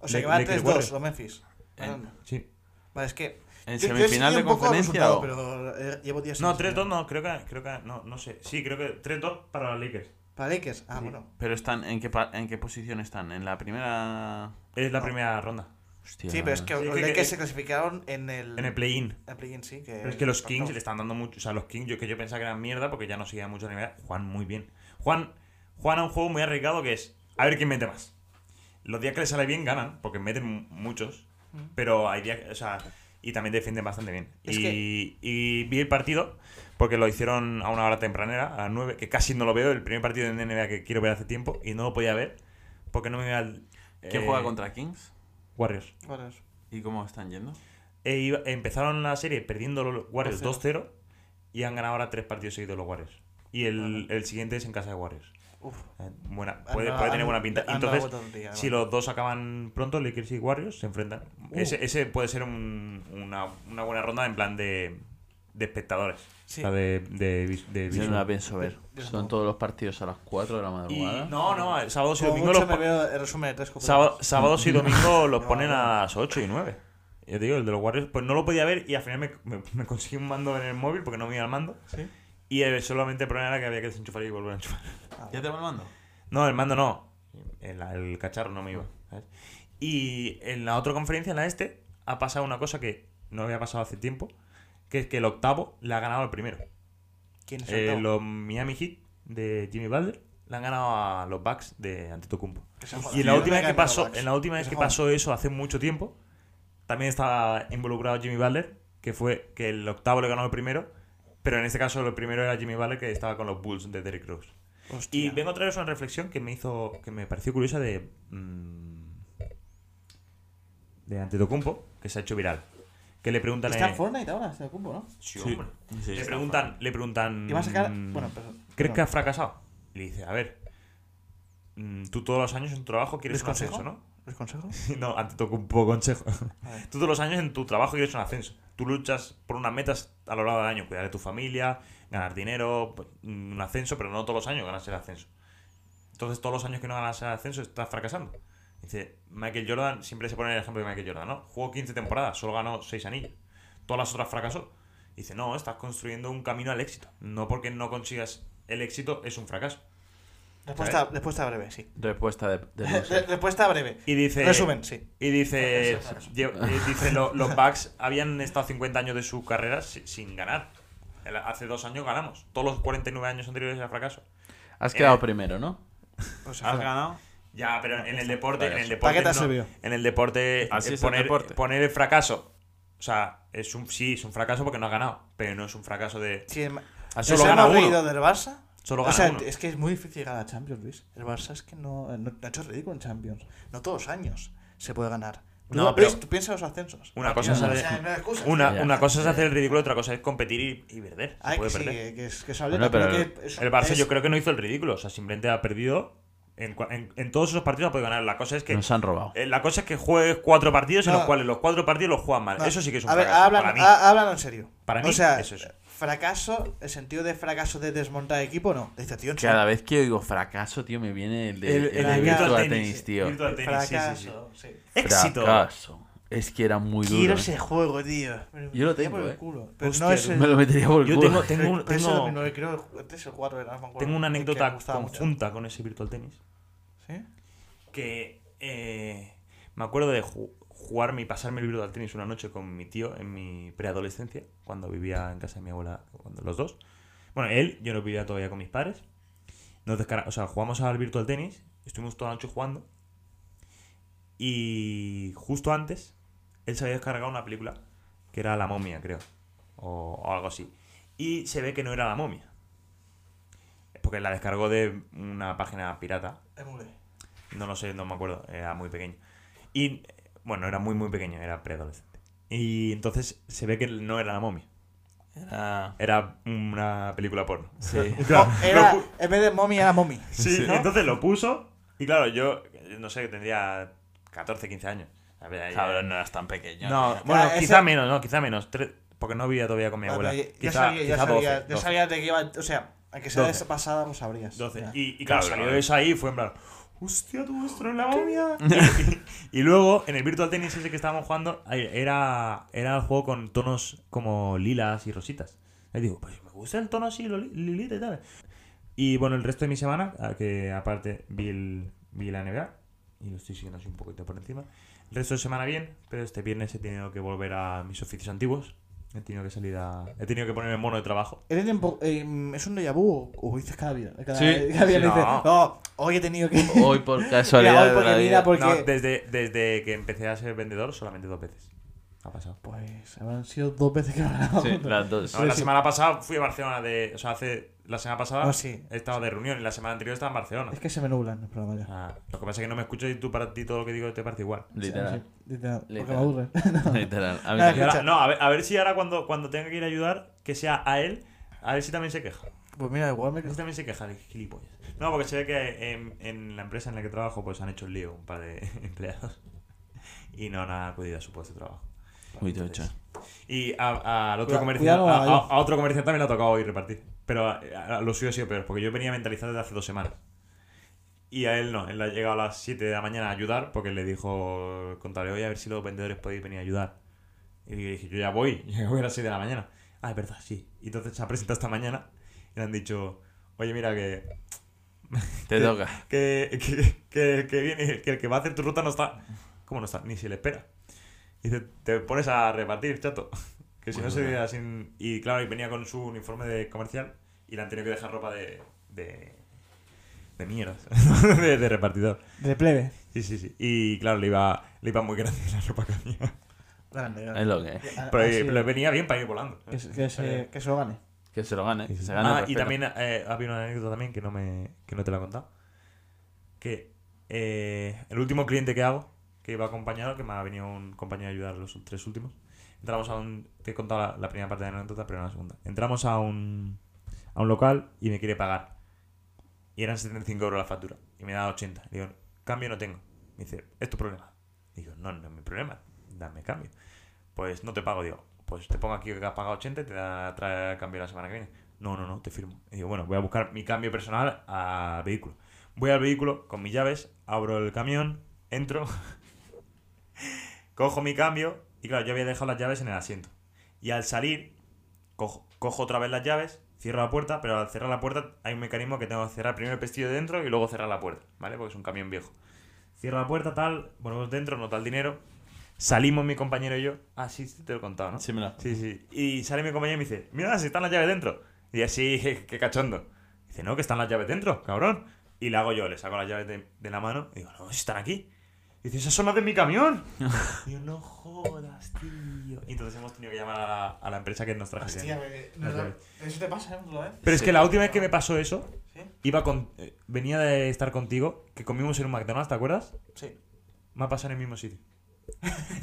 O sea, Le- que van le- que le 3-2 borre. los Memphis. Ganando. Sí. Vale, es que. ¿En yo- yo semifinal seguí de un poco el conferencia resultado, o...? Pero eh, llevo 10 No, 3-2 no, creo que, creo que no, no sé. Sí, creo que 3-2 para los Lakers. Para Lakers. Ah, Sí. bueno. Pero están, ¿en qué, pa- ¿en qué posición están? ¿En la primera...? Es la No. primera ronda. Hostia. Sí, pero es que Sí, los que- Lakers que- se clasificaron en el. En el play-in. el play-in, sí. Que Pero es que los no, Kings no. le están dando mucho. O sea, los Kings, yo que yo pensaba que eran mierda porque ya no seguía mucho la NBA. Juan muy bien. Juan, Juan a un juego muy arriesgado que es a ver quién mete más. Los días que le sale bien ganan, porque meten mu- muchos. Pero hay días. O sea, y también defienden bastante bien. Mm. Es y, que- y vi el partido porque lo hicieron a una hora tempranera, a las 9, que casi no lo veo. El primer partido de NBA que quiero ver hace tiempo y no lo podía ver porque no me veía el. ¿Quién eh, juega contra Kings? Warriors. Bueno, es- ¿Y cómo están yendo? E iba- empezaron la serie perdiendo los Warriors 2-0. 2-0 y han ganado ahora tres partidos seguidos los Warriors. Y el, el siguiente es en casa de Warriors. Uf. Eh, Buena, Han puede, dado- puede tener han- buena pinta. han dado Entonces, vuelta a la tortilla, si vale. los dos acaban pronto, Lakers y Warriors se enfrentan. Uh. Ese, ese puede ser un- una, una buena ronda en plan de, de espectadores. Sí. O sea, de, de, vis- de Yo visión. no la pienso ver. Yo Son tampoco. todos los partidos a las 4 de la Y- madrugada. no, no, el sábados y Como domingos mucho los, me pon- veo el resumen de tres copas. Sábado, sábados y domingos los No, ponen no. a las 8 y 9. Yo te digo, el de los Warriors, pues no lo podía ver y al final me, me- (laughs) me conseguí un mando en el móvil porque no me iba al mando. Sí. Y eh, solamente el problema era que había que desenchufar y volver a enchufar. (laughs) Ah, ¿Ya te va el mando? No, el mando no. El, el cacharro no me iba. ¿sabes? Y en la otra conferencia, en la este, ha pasado una cosa que no había pasado hace tiempo, que es que el octavo le ha ganado al primero. ¿Quién es Eh, el octavo? los Miami Heat de Jimmy Butler Le han ganado a los Bucks de Antetokounmpo. Que se jodan. Y en Yo la no última me vez que cambio a los pasó, Bucks. en la última vez se que jodan. pasó eso hace mucho tiempo, también estaba involucrado Jimmy Butler, que fue que el octavo le ganó el primero, pero en este caso el primero era Jimmy Butler que estaba con los Bulls de Derrick Rose. Y Hostia. vengo a traeros una reflexión que me hizo, que me pareció curiosa de mm, de Antetokounmpo, que se ha hecho viral. Que le preguntan Está eh, en Fortnite ahora, se lo cupo, ¿no? Sí. Sí, hombre. Sí, le está preguntan, le preguntan. Que va a sacar- mm, bueno, perdón, ¿Crees que perdón. has fracasado? Y le dice, a ver, mm, tú todos los años en tu trabajo quieres ¿Les un ascenso, consejo? ¿no? ¿Les consejo? (laughs) no, antes toco un poco consejo. (laughs) A ver. tú todos los años en tu trabajo quieres un ascenso. Tú luchas por unas metas a lo largo del año, cuidar de tu familia, ganar dinero, mm, un ascenso, pero no todos los años ganas el ascenso. Entonces, todos los años que no ganas el ascenso estás fracasando. Dice, Michael Jordan, siempre se pone el ejemplo de Michael Jordan, ¿no? Jugó 15 temporadas, solo ganó 6 anillos. Todas las otras fracasó. Dice, no, estás construyendo un camino al éxito. No porque no consigas el éxito es un fracaso. Respuesta, respuesta breve, sí. Respuesta de, (laughs) (laughs) de Re- loser. respuesta breve. Y dice. Resumen, sí. Y dice, Fracaso, fracaso. lle- eh, dice lo- los Bucks habían estado 50 años de su carrera si- sin ganar. El- hace dos años ganamos. Todos los 49 años anteriores era fracaso. Has quedado primero, ¿no? Pues se Has jodan. ganado. Ya, pero en el deporte, en el ¿Para deporte, qué te has no- servido? en el deporte, Así eh, es el poner, deporte. poner el fracaso, o sea, es un sí, es un fracaso porque no has ganado, pero no es un fracaso de Sí, em- Ah, ¿Nos solo gana hemos uno. reído del Barça? Solo o gana sea, uno. es que es muy difícil ganar Champions, Luis. El Barça es que no, no, no ha hecho ridículo en Champions. No todos los años se puede ganar. Tú, No, Luis, pero- tú piensa en los ascensos. una cosa es O hacer- sea, no hay excusa. una, Ya. una cosa es hacer el ridículo, otra cosa es competir y, y perder. Se Ay, que puede sí, perder. que es que es una Bueno, letra, pero que es- El Barça es- yo creo que no hizo el ridículo, o sea, simplemente ha perdido en, cua- en- en todos esos partidos ha podido ganar. La cosa es que Nos han robado. Eh, La cosa es que juegues cuatro partidos en No. los cuales los cuatro partidos los juegan mal. no, Eso sí que es un A ver, fracaso. hablan, para mí. ha- hablan en serio. Para o mí, sea, eso es. fracaso, el sentido de fracaso de desmontar equipo, no. Decepción, sí. Cada vez que oigo fracaso, tío, me viene el de, el, El- el de de Virtua Virtua Tennis, Tennis, tío. Virtua- Tenis, sí, sí, sí. Fracaso, sí. Éxito. Fracaso. Es que era muy duro. Quiero ¿eh? ese juego, tío. Yo lo Me tengo, por el eh. culo. Pero Hostia, no es el- Me lo metería por el Yo culo. (laughs) tengo, tengo, un- Pero ese tengo- 2009, creo el- este es el 4 era, no me acuerdo. tengo una Que- que me anécdota gustaba mucho. conjunta con ese Virtual Tennis. ¿Sí? Que eh, me acuerdo de ju- jugarme y pasarme el Virtual Tennis una noche con mi tío en mi preadolescencia, cuando vivía en casa de mi abuela, cuando, los dos. Bueno, él, yo no vivía todavía con mis padres. Nos descara- o sea, jugamos al Virtual Tennis, estuvimos toda la noche jugando. Y justo antes, él se había descargado una película que era La momia, creo. O, o algo así. Y se ve que no era La momia. Porque la descargó de una página pirata. Emule. (laughs) No lo sé, no me acuerdo. Era muy pequeño. Y bueno, era muy, muy pequeño, era preadolescente. Y entonces se ve que no era La momia. Era- Era una película (laughs) porno. Sí. Y claro, No, Oh, era, lo pu- en vez de mommy era mommy. Sí, Sí. ¿no? entonces lo puso. Y claro, yo no sé, tendría 14, 15 años. A ver, ahí- Cabrón, no eras tan pequeño. No, tío. bueno, Ah, ese- quizá menos, no, quizá menos. Tres- porque no vivía todavía con mi abuela. Bueno, ya, quizá, sabía, ya, quizá sabía, 12, ya 12, sabía de qué iba. O sea, aunque sea 12. pasada, lo sabrías. 12. Ya. Y, y claro, Cabrón. salió eso ahí y fue en plan. Hostia, tú esto en la momia. y, y luego, en el Virtual Tennis ese que estábamos jugando, ahí era, era el juego con tonos como lilas y rositas. Y digo, pues me gusta el tono así, lo li- lilita y tal. Y bueno, el resto de mi semana, a- que aparte vi, el- vi la NBA, y lo estoy siguiendo así un poquito por encima. El resto de semana bien, pero este viernes he tenido que volver a mis oficios antiguos. He tenido que salir a. He tenido que poner el mono de trabajo. ¿Eres en po- em, ¿Es un déjà vu o, o dices cada vida? Cada, Sí. cada día Sí, le dices, no. no, hoy he tenido que. Hoy por Mira, casualidad hoy de porque la mira, vida. porque- No, desde, desde que empecé a ser vendedor solamente dos veces. Ha pasado. (laughs) Pues habrán sido dos veces que habrán hablado. Sí, las dos. No, la semana pasada fui a Barcelona de. O sea, hace. La semana pasada No, Ah, sí. he estado de reunión y la semana anterior estaba en Barcelona. Es que se me nublan los programas ya. Ah, lo que pasa es que no me escuchas y tú para ti todo lo que digo te parece igual. Literal. Sí, literal, Porque me Literal. (laughs) aburren. Literal. A mí No, Y también. ahora- Escucha. no, a ver, a ver si ahora cuando, cuando tenga que ir a ayudar, que sea a él, a ver si también se queja. pues mira, igual me A ver si también se queja, de gilipollas. No, porque se ve que en, en la empresa en la que trabajo pues han hecho un lío un par de (laughs) empleados. Y no han acudido a su puesto de trabajo. Uy, tocho. Y a- a- al otro Cuida- comercial, cuidado, a, a- Magallo. a otro comercial también le ha tocado hoy repartir. Pero a, a- a lo suyo ha sido peor, porque yo venía mentalizado desde hace dos semanas. Y a él no, él ha llegado a las 7 de la mañana a ayudar, porque le dijo el contable, oye, a ver si los vendedores podéis venir a ayudar. Y le dije, yo ya voy, (laughs) yo voy a las 6 de la mañana. Ah, es verdad, sí. Y entonces se ha presentado esta mañana y le han dicho, oye, mira que Te toca. que, que, que, que viene, que el que va a hacer tu ruta no está. ¿Cómo no está? Ni se le espera. Y dice, te pones a repartir, chato. Que si no se veía sin. Y claro, y venía con su uniforme de comercial y le han tenido que dejar ropa de. de, de mierda, (laughs) de, de repartidor. De plebe. Sí, sí, sí. Y claro, le iba, le iba muy grande (laughs) la ropa que tenía. Grande, grande. Es lo que es. Pero Así eh, es. le venía bien para ir volando. Que, se- que se, Eh, que se lo gane. Que se lo gane. que se gane el Ah, y respeto. también eh, había una anécdota también que no, me, que no te la he contado. Que eh, el último cliente que hago, que iba acompañado, que me ha venido un compañero a ayudar los tres últimos. Entramos a un... Te he contado la, la primera parte de la anécdota, pero no la segunda. Entramos a un, a un local y me quiere pagar. Y eran 75 euros la factura. Y me da 80. Le digo, cambio no tengo. Me dice, es tu problema. Digo, no, no es mi problema. Dame cambio. Pues no te pago. Digo, pues te pongo aquí que has pagado 80 y te da, trae cambio la semana que viene. No, no, no, te firmo. Y digo, bueno, voy a buscar mi cambio personal al vehículo. Voy al vehículo con mis llaves, abro el camión, entro, (laughs) cojo mi cambio y claro, yo había dejado las llaves en el asiento. Y al salir, cojo, cojo otra vez las llaves, cierro la puerta, pero al cerrar la puerta hay un mecanismo que tengo que cerrar primero el pestillo de dentro y luego cerrar la puerta, ¿vale? Porque es un camión viejo. Cierro la puerta, tal, volvemos dentro, no tal dinero. Salimos mi compañero y yo. Ah, sí, sí, te lo he contado, ¿no? Sí, me lo has Sí, sí. Y sale mi compañero y me dice, mira, si están las llaves dentro. Y así, (laughs) qué cachondo. Dice, no, que están las llaves dentro, cabrón. Y la hago yo, le saco las llaves de, de la mano y digo, no, si están aquí. Dice, esas son las de mi camión. Y yo, no jodas, tío. Y entonces hemos tenido que llamar a la, a la empresa que nos trajo. ese Hostia, año. me- no, no, eso te pasa, ¿eh? ¿Lo ves? Pero es que la última vez que me pasó eso, ¿Sí? iba con, eh, venía de estar contigo, que comimos en un McDonald's, ¿te acuerdas? Sí. Me ha pasado en el mismo sitio. (laughs)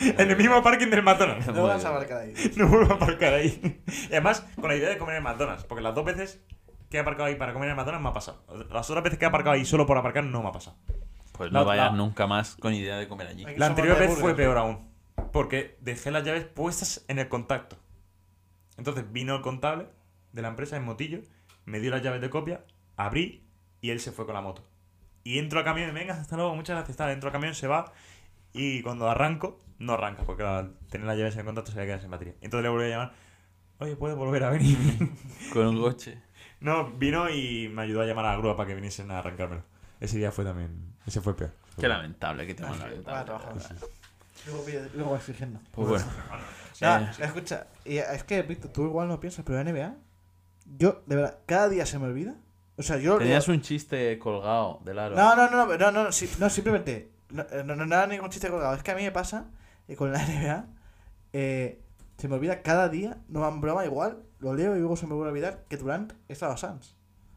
en el mismo parking del McDonald's. No vas a abarcar ahí. (laughs) No vuelvo a aparcar ahí. Y además, con la idea de comer en McDonald's. Porque las dos veces que he aparcado ahí para comer en McDonald's me ha pasado. Las otras veces que he aparcado ahí solo por aparcar no me ha pasado. Pues La- no vayas la- nunca más con idea de comer allí. Ay, La Somos anterior de vez burger. fue peor aún. Porque dejé las llaves puestas en el contacto. Entonces vino el contable de la empresa en motillo, me dio las llaves de copia, abrí y él se fue con la moto. Y entro al camión y venga, hasta luego, muchas gracias. Tal. Entro al camión, se va y cuando arranco, no arranca porque al tener las llaves en el contacto se había quedado sin batería. Entonces le volví a llamar, oye, ¿puedes volver a venir? (laughs) Con un coche. No, vino y me ayudó a llamar a la grúa para que viniesen a arrancármelo. Ese día fue también. Ese fue peor. Qué lamentable, qué tema Así, para lamentable. trabajar. Pues Luego pillo- Luego exigiendo. Pues bueno. Nada, Eh, escucha, y es que Víctor, tú igual no piensas, pero la NBA, yo, de verdad, cada día se me olvida. O sea, yo. Tenías un chiste colgado del aro. No, no, no, no, no, no, sí, no, simplemente. No, eh, no, no, no era ningún chiste colgado. Es que a mí me pasa eh, con la (laughs) NBA. eh, se me olvida cada día, no van broma igual, lo leo y luego se me vuelve a olvidar que Durant estaba Sans.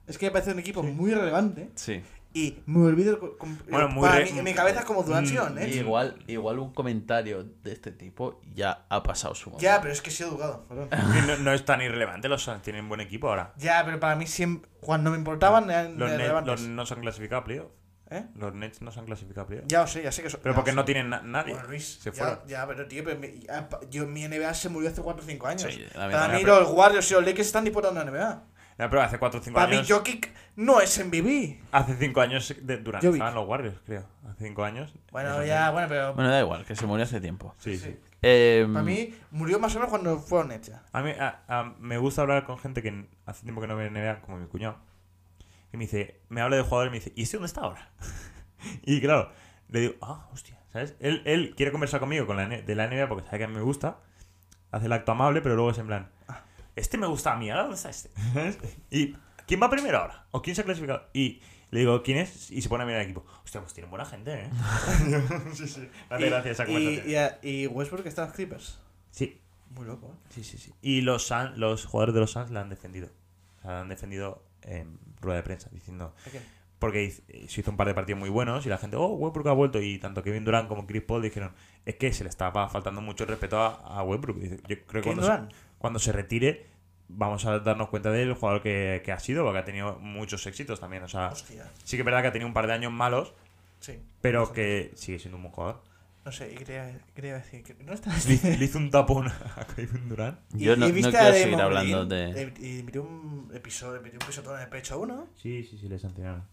Es que me parece un equipo muy relevante Sí. y me olvido. el co- com- Bueno, muy para re- mí- en mi cabeza es como ¿eh? Durant Mm, sí o Nets. Y igual, igual un comentario de este tipo ya ha pasado su momento. Ya, pero es que he sido educado, (laughs) perdón. No, no es tan irrelevante, los Suns tienen buen equipo ahora. Ya, pero para mí siempre. Cuando me importaban eran Los Nets relevantes. los- no se han clasificado a playoff. ¿Eh? Los Nets no se han clasificado a playoff. Ya lo sé, ya sé que eso. Pero ya porque lo no sé. tienen na- nadie. Bueno, Luis, Se ya- fueron. Ya, pero tío, pero mi, ya, pa- yo, mi NBA se murió hace 4 o 5 años. Sí, la para verdad, mí pero- los Warriors y los Lakers están disputando la NBA. Ya, pero hace 4 o 5 Para mí años. Jokic no es MVP. Hace 5 años de, durante Jovic. estaban los Warriors, creo. Hace 5 años. Bueno, Esos ya, Nets. bueno, pero Bueno, da igual, que se murió hace tiempo. Sí, sí. sí. Eh, Mm. para mí murió más o menos cuando fueron hechas. A mí a- a- me gusta hablar con gente que hace tiempo que no ve NBA, como mi cuñado. Y me dice, me habla de jugadores y me dice, ¿y este dónde está ahora? (laughs) y claro, le digo, ah, hostia, ¿sabes? Él, él quiere conversar conmigo con la, N- de la NBA porque sabe que a mí me gusta. Hace el acto amable, pero luego es en plan, "Ah, este me gusta a mí, ahora dónde está este. (laughs) y ¿quién va primero ahora? ¿O quién se ha clasificado? Y le digo, ¿quién es? Y se pone a mirar el equipo. Hostia, pues tienen buena gente, ¿eh? (laughs) sí, sí. Vale, Y- gracias esa y, conversación. y, a- y Westbrook está en los Clippers. sí, Muy loco, ¿eh? Sí, sí, sí. Y los, Suns- los jugadores de los Suns la han defendido. O sea, la han defendido en rueda de prensa, diciendo. ¿A quién? Porque hiz- se hizo un par de partidos muy buenos y la gente, oh, Westbrook ha vuelto. Y tanto Kevin Durant como Chris Paul dijeron, es que se le estaba faltando mucho el respeto a, a Westbrook. Dice, Yo creo que Kevin cuando se, Durant. cuando se retire, vamos a darnos cuenta del jugador que, que ha sido, porque ha tenido muchos éxitos también. O sea, Hostia, sí que es verdad que ha tenido un par de años malos, sí. pero que sigue siendo un buen jugador. No sé, y quería, quería decir que no está. Le, hizo- le hizo un tapón a Kevin Durant. (laughs) yo no, no quiero seguir hablando de... Y metió un episodio, metió un pisotón en el pecho a uno. Sí, sí, sí, le sancionaron.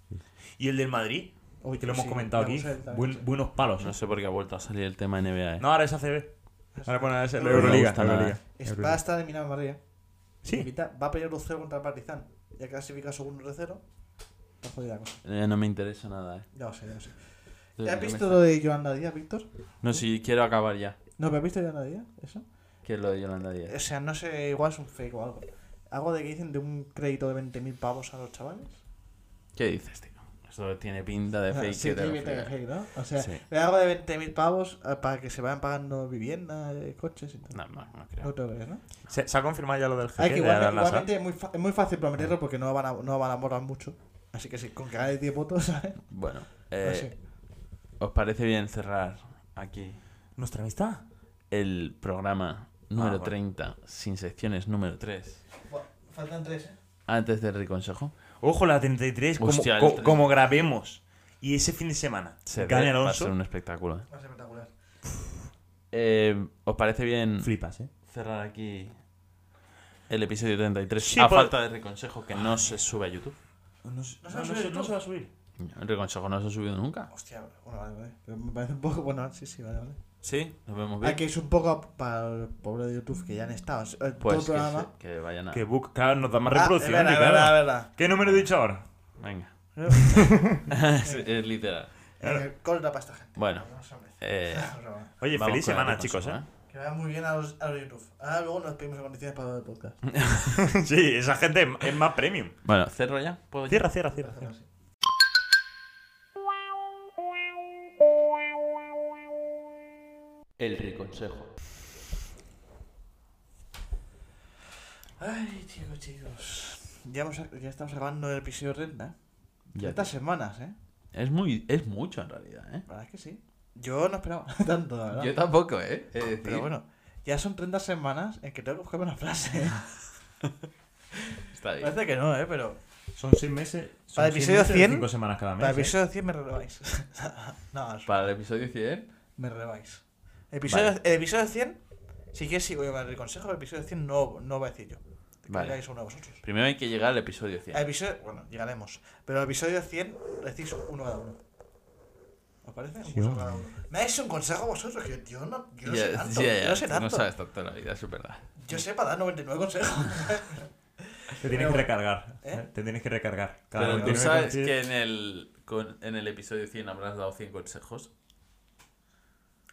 Y el del Madrid, Uy, que lo hemos sí, comentado lo aquí, hemos comentado, buen- sí. buenos palos. No sé por qué ha vuelto a salir el tema NBA. ¿eh? No, ahora es ACB. Ahora bueno, es el No me Euroliga. gusta nada. Euroliga. Es- Euroliga. Va a estar eliminado en Madrid. Sí, Evita- va a pelear 2-0 contra el Partizan. Ya clasifica segundo de cero. Está jodida la cosa. Eh, no me interesa nada. ¿eh? Ya lo sé, ya lo sé. Yo- ¿Ya yo has me visto está- lo de Yolanda Díaz, Víctor? No, si quiero acabar ya. No, pero ¿has visto Yolanda Díaz? ¿Eso? Que es lo de Yolanda Díaz. O sea, no sé, igual es un fake o algo. Algo de que dicen de un crédito de 20.000 pavos a los chavales. ¿Qué dices, tío? Esto tiene pinta de fake. Ah, sí, que te lo tiene pinta de flipas. fake, ¿no? O sea, Sí. le hago de 20.000 pavos eh, para que se vayan pagando viviendas, eh, coches y tal. No, no, no No creo. te lo crees, ¿no? ¿Se, se ha confirmado ya lo del Ah, jefe que de igual- la NASA? igualmente es muy, fa- es muy fácil prometerlo porque no van a, no van a morar mucho. Así que sí, con que gane 10 votos, (laughs) ¿sabes? Bueno, No eh, sé. ¿os parece bien cerrar aquí ¿Nuestra amistad? el programa Ah, número bueno. 30, sin secciones número 3, Faltan 3, ¿eh? antes del reconsejo? Ojo, la 33, como, Hostia, el co- 30. como grabemos. Y ese fin de semana, Se gane ve- va a Alonso. ser un espectáculo. ¿eh? Va a ser espectacular. Eh, ¿Os parece bien Flipas, ¿eh? cerrar aquí el episodio 33 Sí, a por- falta de reconsejo que no se sube a YouTube? No, No se va a subir YouTube. va a subir. No, El reconsejo no se ha subido nunca. Hostia, bueno, vale, vale. Pero me parece un poco. Bueno, sí, sí, vale, vale. Sí, nos vemos Ah, bien. que es un poco para el pobre de YouTube que ya han estado. eh, todo el Pues que, programa. se- que vayan a... Que Book, claro, nos da más Ah, reproducción. es verdad, y es claro. verdad, es verdad. ¿Qué número he dicho ahora? Venga. (laughs) es, es literal. Eh, Corta para esta gente. Bueno. No se merece. Eh, vamos Oye, feliz con el semana, reconsejo, chicos, ¿eh? Que vaya muy bien a los, a los YouTube. Ahora luego nos pedimos en condiciones para el podcast. ¿eh? sí, esa gente es- es más premium. Bueno, cerro ya. ¿Puedo ya? Cierra, cierra, cierra. Pero sí. El reconsejo. Ay, chicos, chicos. Ya, hemos, ya estamos grabando el episodio 30. ¿eh? Ya, Estas tío. semanas, ¿eh? es, muy, es mucho en realidad, ¿eh? La verdad es que sí. Yo no esperaba (laughs) tanto, la verdad. Yo tampoco, ¿eh? Es decir, Pero bueno, ya son 30 semanas en que tengo que buscarme (laughs) una frase. (laughs) está bien. Parece que no, ¿eh? Pero Son seis meses. son Para el seis episodio meses de 100, Cinco semanas cada mes. para el ¿eh? episodio 100 me releváis. (laughs) no, es- Para el episodio 100, me releváis. Episodio, Vale. El episodio 100, si quieres, sí voy a dar el consejo. El episodio 100 no, no voy a decir yo. Que Vale. digáis uno vosotros. primero hay que llegar al episodio Al 100. episodio, bueno, llegaremos. Pero al episodio 100 decís uno cada uno. ¿Os parece? Un consejo cada uno. ¿Me dais un consejo vosotros? Que yo, yo no, yo no Ya- sé tanto. ya, ya, yo no sé tú tanto. no sabes tanto de la vida, eso es verdad. Yo sé para dar 99 consejos. (laughs) Te tienes que recargar. ¿Eh? Te tienes que recargar. Cada Pero tú 29 sabes consigues- que en el, con- en el episodio 100 habrás dado 100 consejos.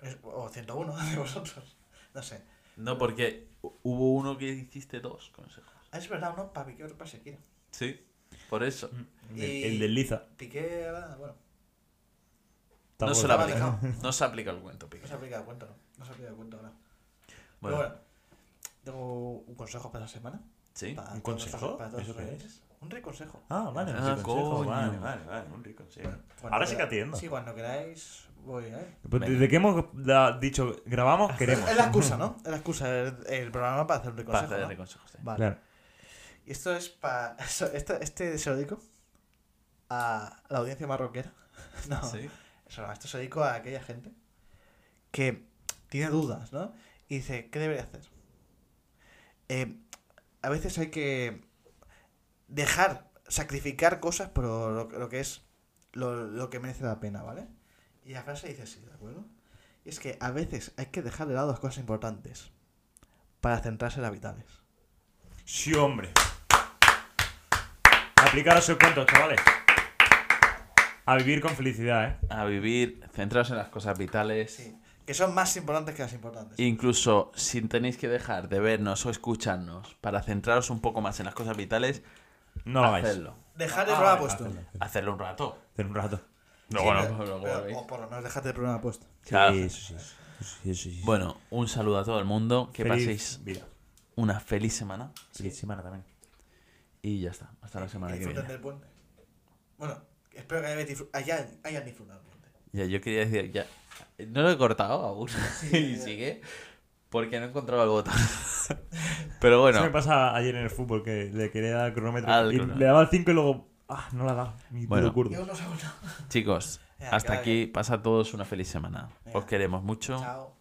Es- o 101 (laughs) de vosotros. No sé. No, porque hu- hubo uno que hiciste dos consejos. Ah, Es verdad, uno para Piqué, otro para Shakira. Sí, por (laughs) eso. El, el desliza. Piqué, ah, bueno, Está No bueno. se, la vale. aplica, (laughs) no se aplica el cuento, Piqué. no se aplica de cuenta, ¿no? No se aplica de cuenta ahora. Pero Bueno, bueno, tengo un consejo para la semana. sí. Para ¿Un todos nuestros- consejo? Para todos ¿Eso los qué es? oyentes. Un reconsejo. Ah, vale, un Ah, reconsejo, coño. Vale, vale, vale, un reconsejo. Cuando Ahora sí que quera- atiendo. Sí, cuando queráis, voy, ¿eh? Pues Venga. Desde que hemos da- dicho grabamos, queremos. Es la excusa, ¿no? Es la excusa, el, el programa para hacer un Para reconsejo. hacer ¿no? el consejo, sí. Vale. Claro. Y esto es (laughs) para. Este, este se lo dedico a la audiencia marroquera. (laughs) No. Sí. Eso no, esto se dedico a aquella gente que tiene dudas, ¿no? Y dice, ¿qué debería hacer? Eh, a veces hay que dejar, sacrificar cosas por lo, lo que es lo, lo que merece la pena, ¿vale? Y la frase dice así, ¿de acuerdo? Y es que a veces hay que dejar de lado las cosas importantes para centrarse en las vitales. Sí, hombre. Aplicaros el cuento, chavales. A vivir con felicidad, ¿eh? A vivir centrados en las cosas vitales. Sí, que son más importantes que las importantes. Incluso si tenéis que dejar de vernos o escucharnos para centraros un poco más en las cosas vitales, No lo hagáis. hacedlo. Dejar el Ah, programa vale, puesto. hacedlo. Hacerlo un rato. En un rato. Luego, Sí, lo- pero- luego pero- volvéis. o por lo menos dejarte el programa puesto. Claro. Sí, eso sí. Eso sí, eso sí. Bueno, un saludo a todo el mundo. Que Feliz paséis Vida. una feliz semana. Feliz semana también. Y ya está. Hasta la semana Que que disfruten viene. del puente. Bueno, espero que hayáis disfru- hayan, hayan disfrutado del puente. Ya, yo quería decir, ya. No lo he cortado aún. (laughs) y ya. sigue. Porque no he encontrado el botón. (laughs) Pero bueno. Eso me pasa ayer en el fútbol que le quería dar el cronómetro Al y cronómetro. le daba el 5 y luego. Ah, no la da. Mi Bueno. duro kurdo. Yo no sé, no. Chicos, Venga, que hasta vaya aquí. Pasa a todos una feliz semana. Venga. Os queremos mucho. Chao.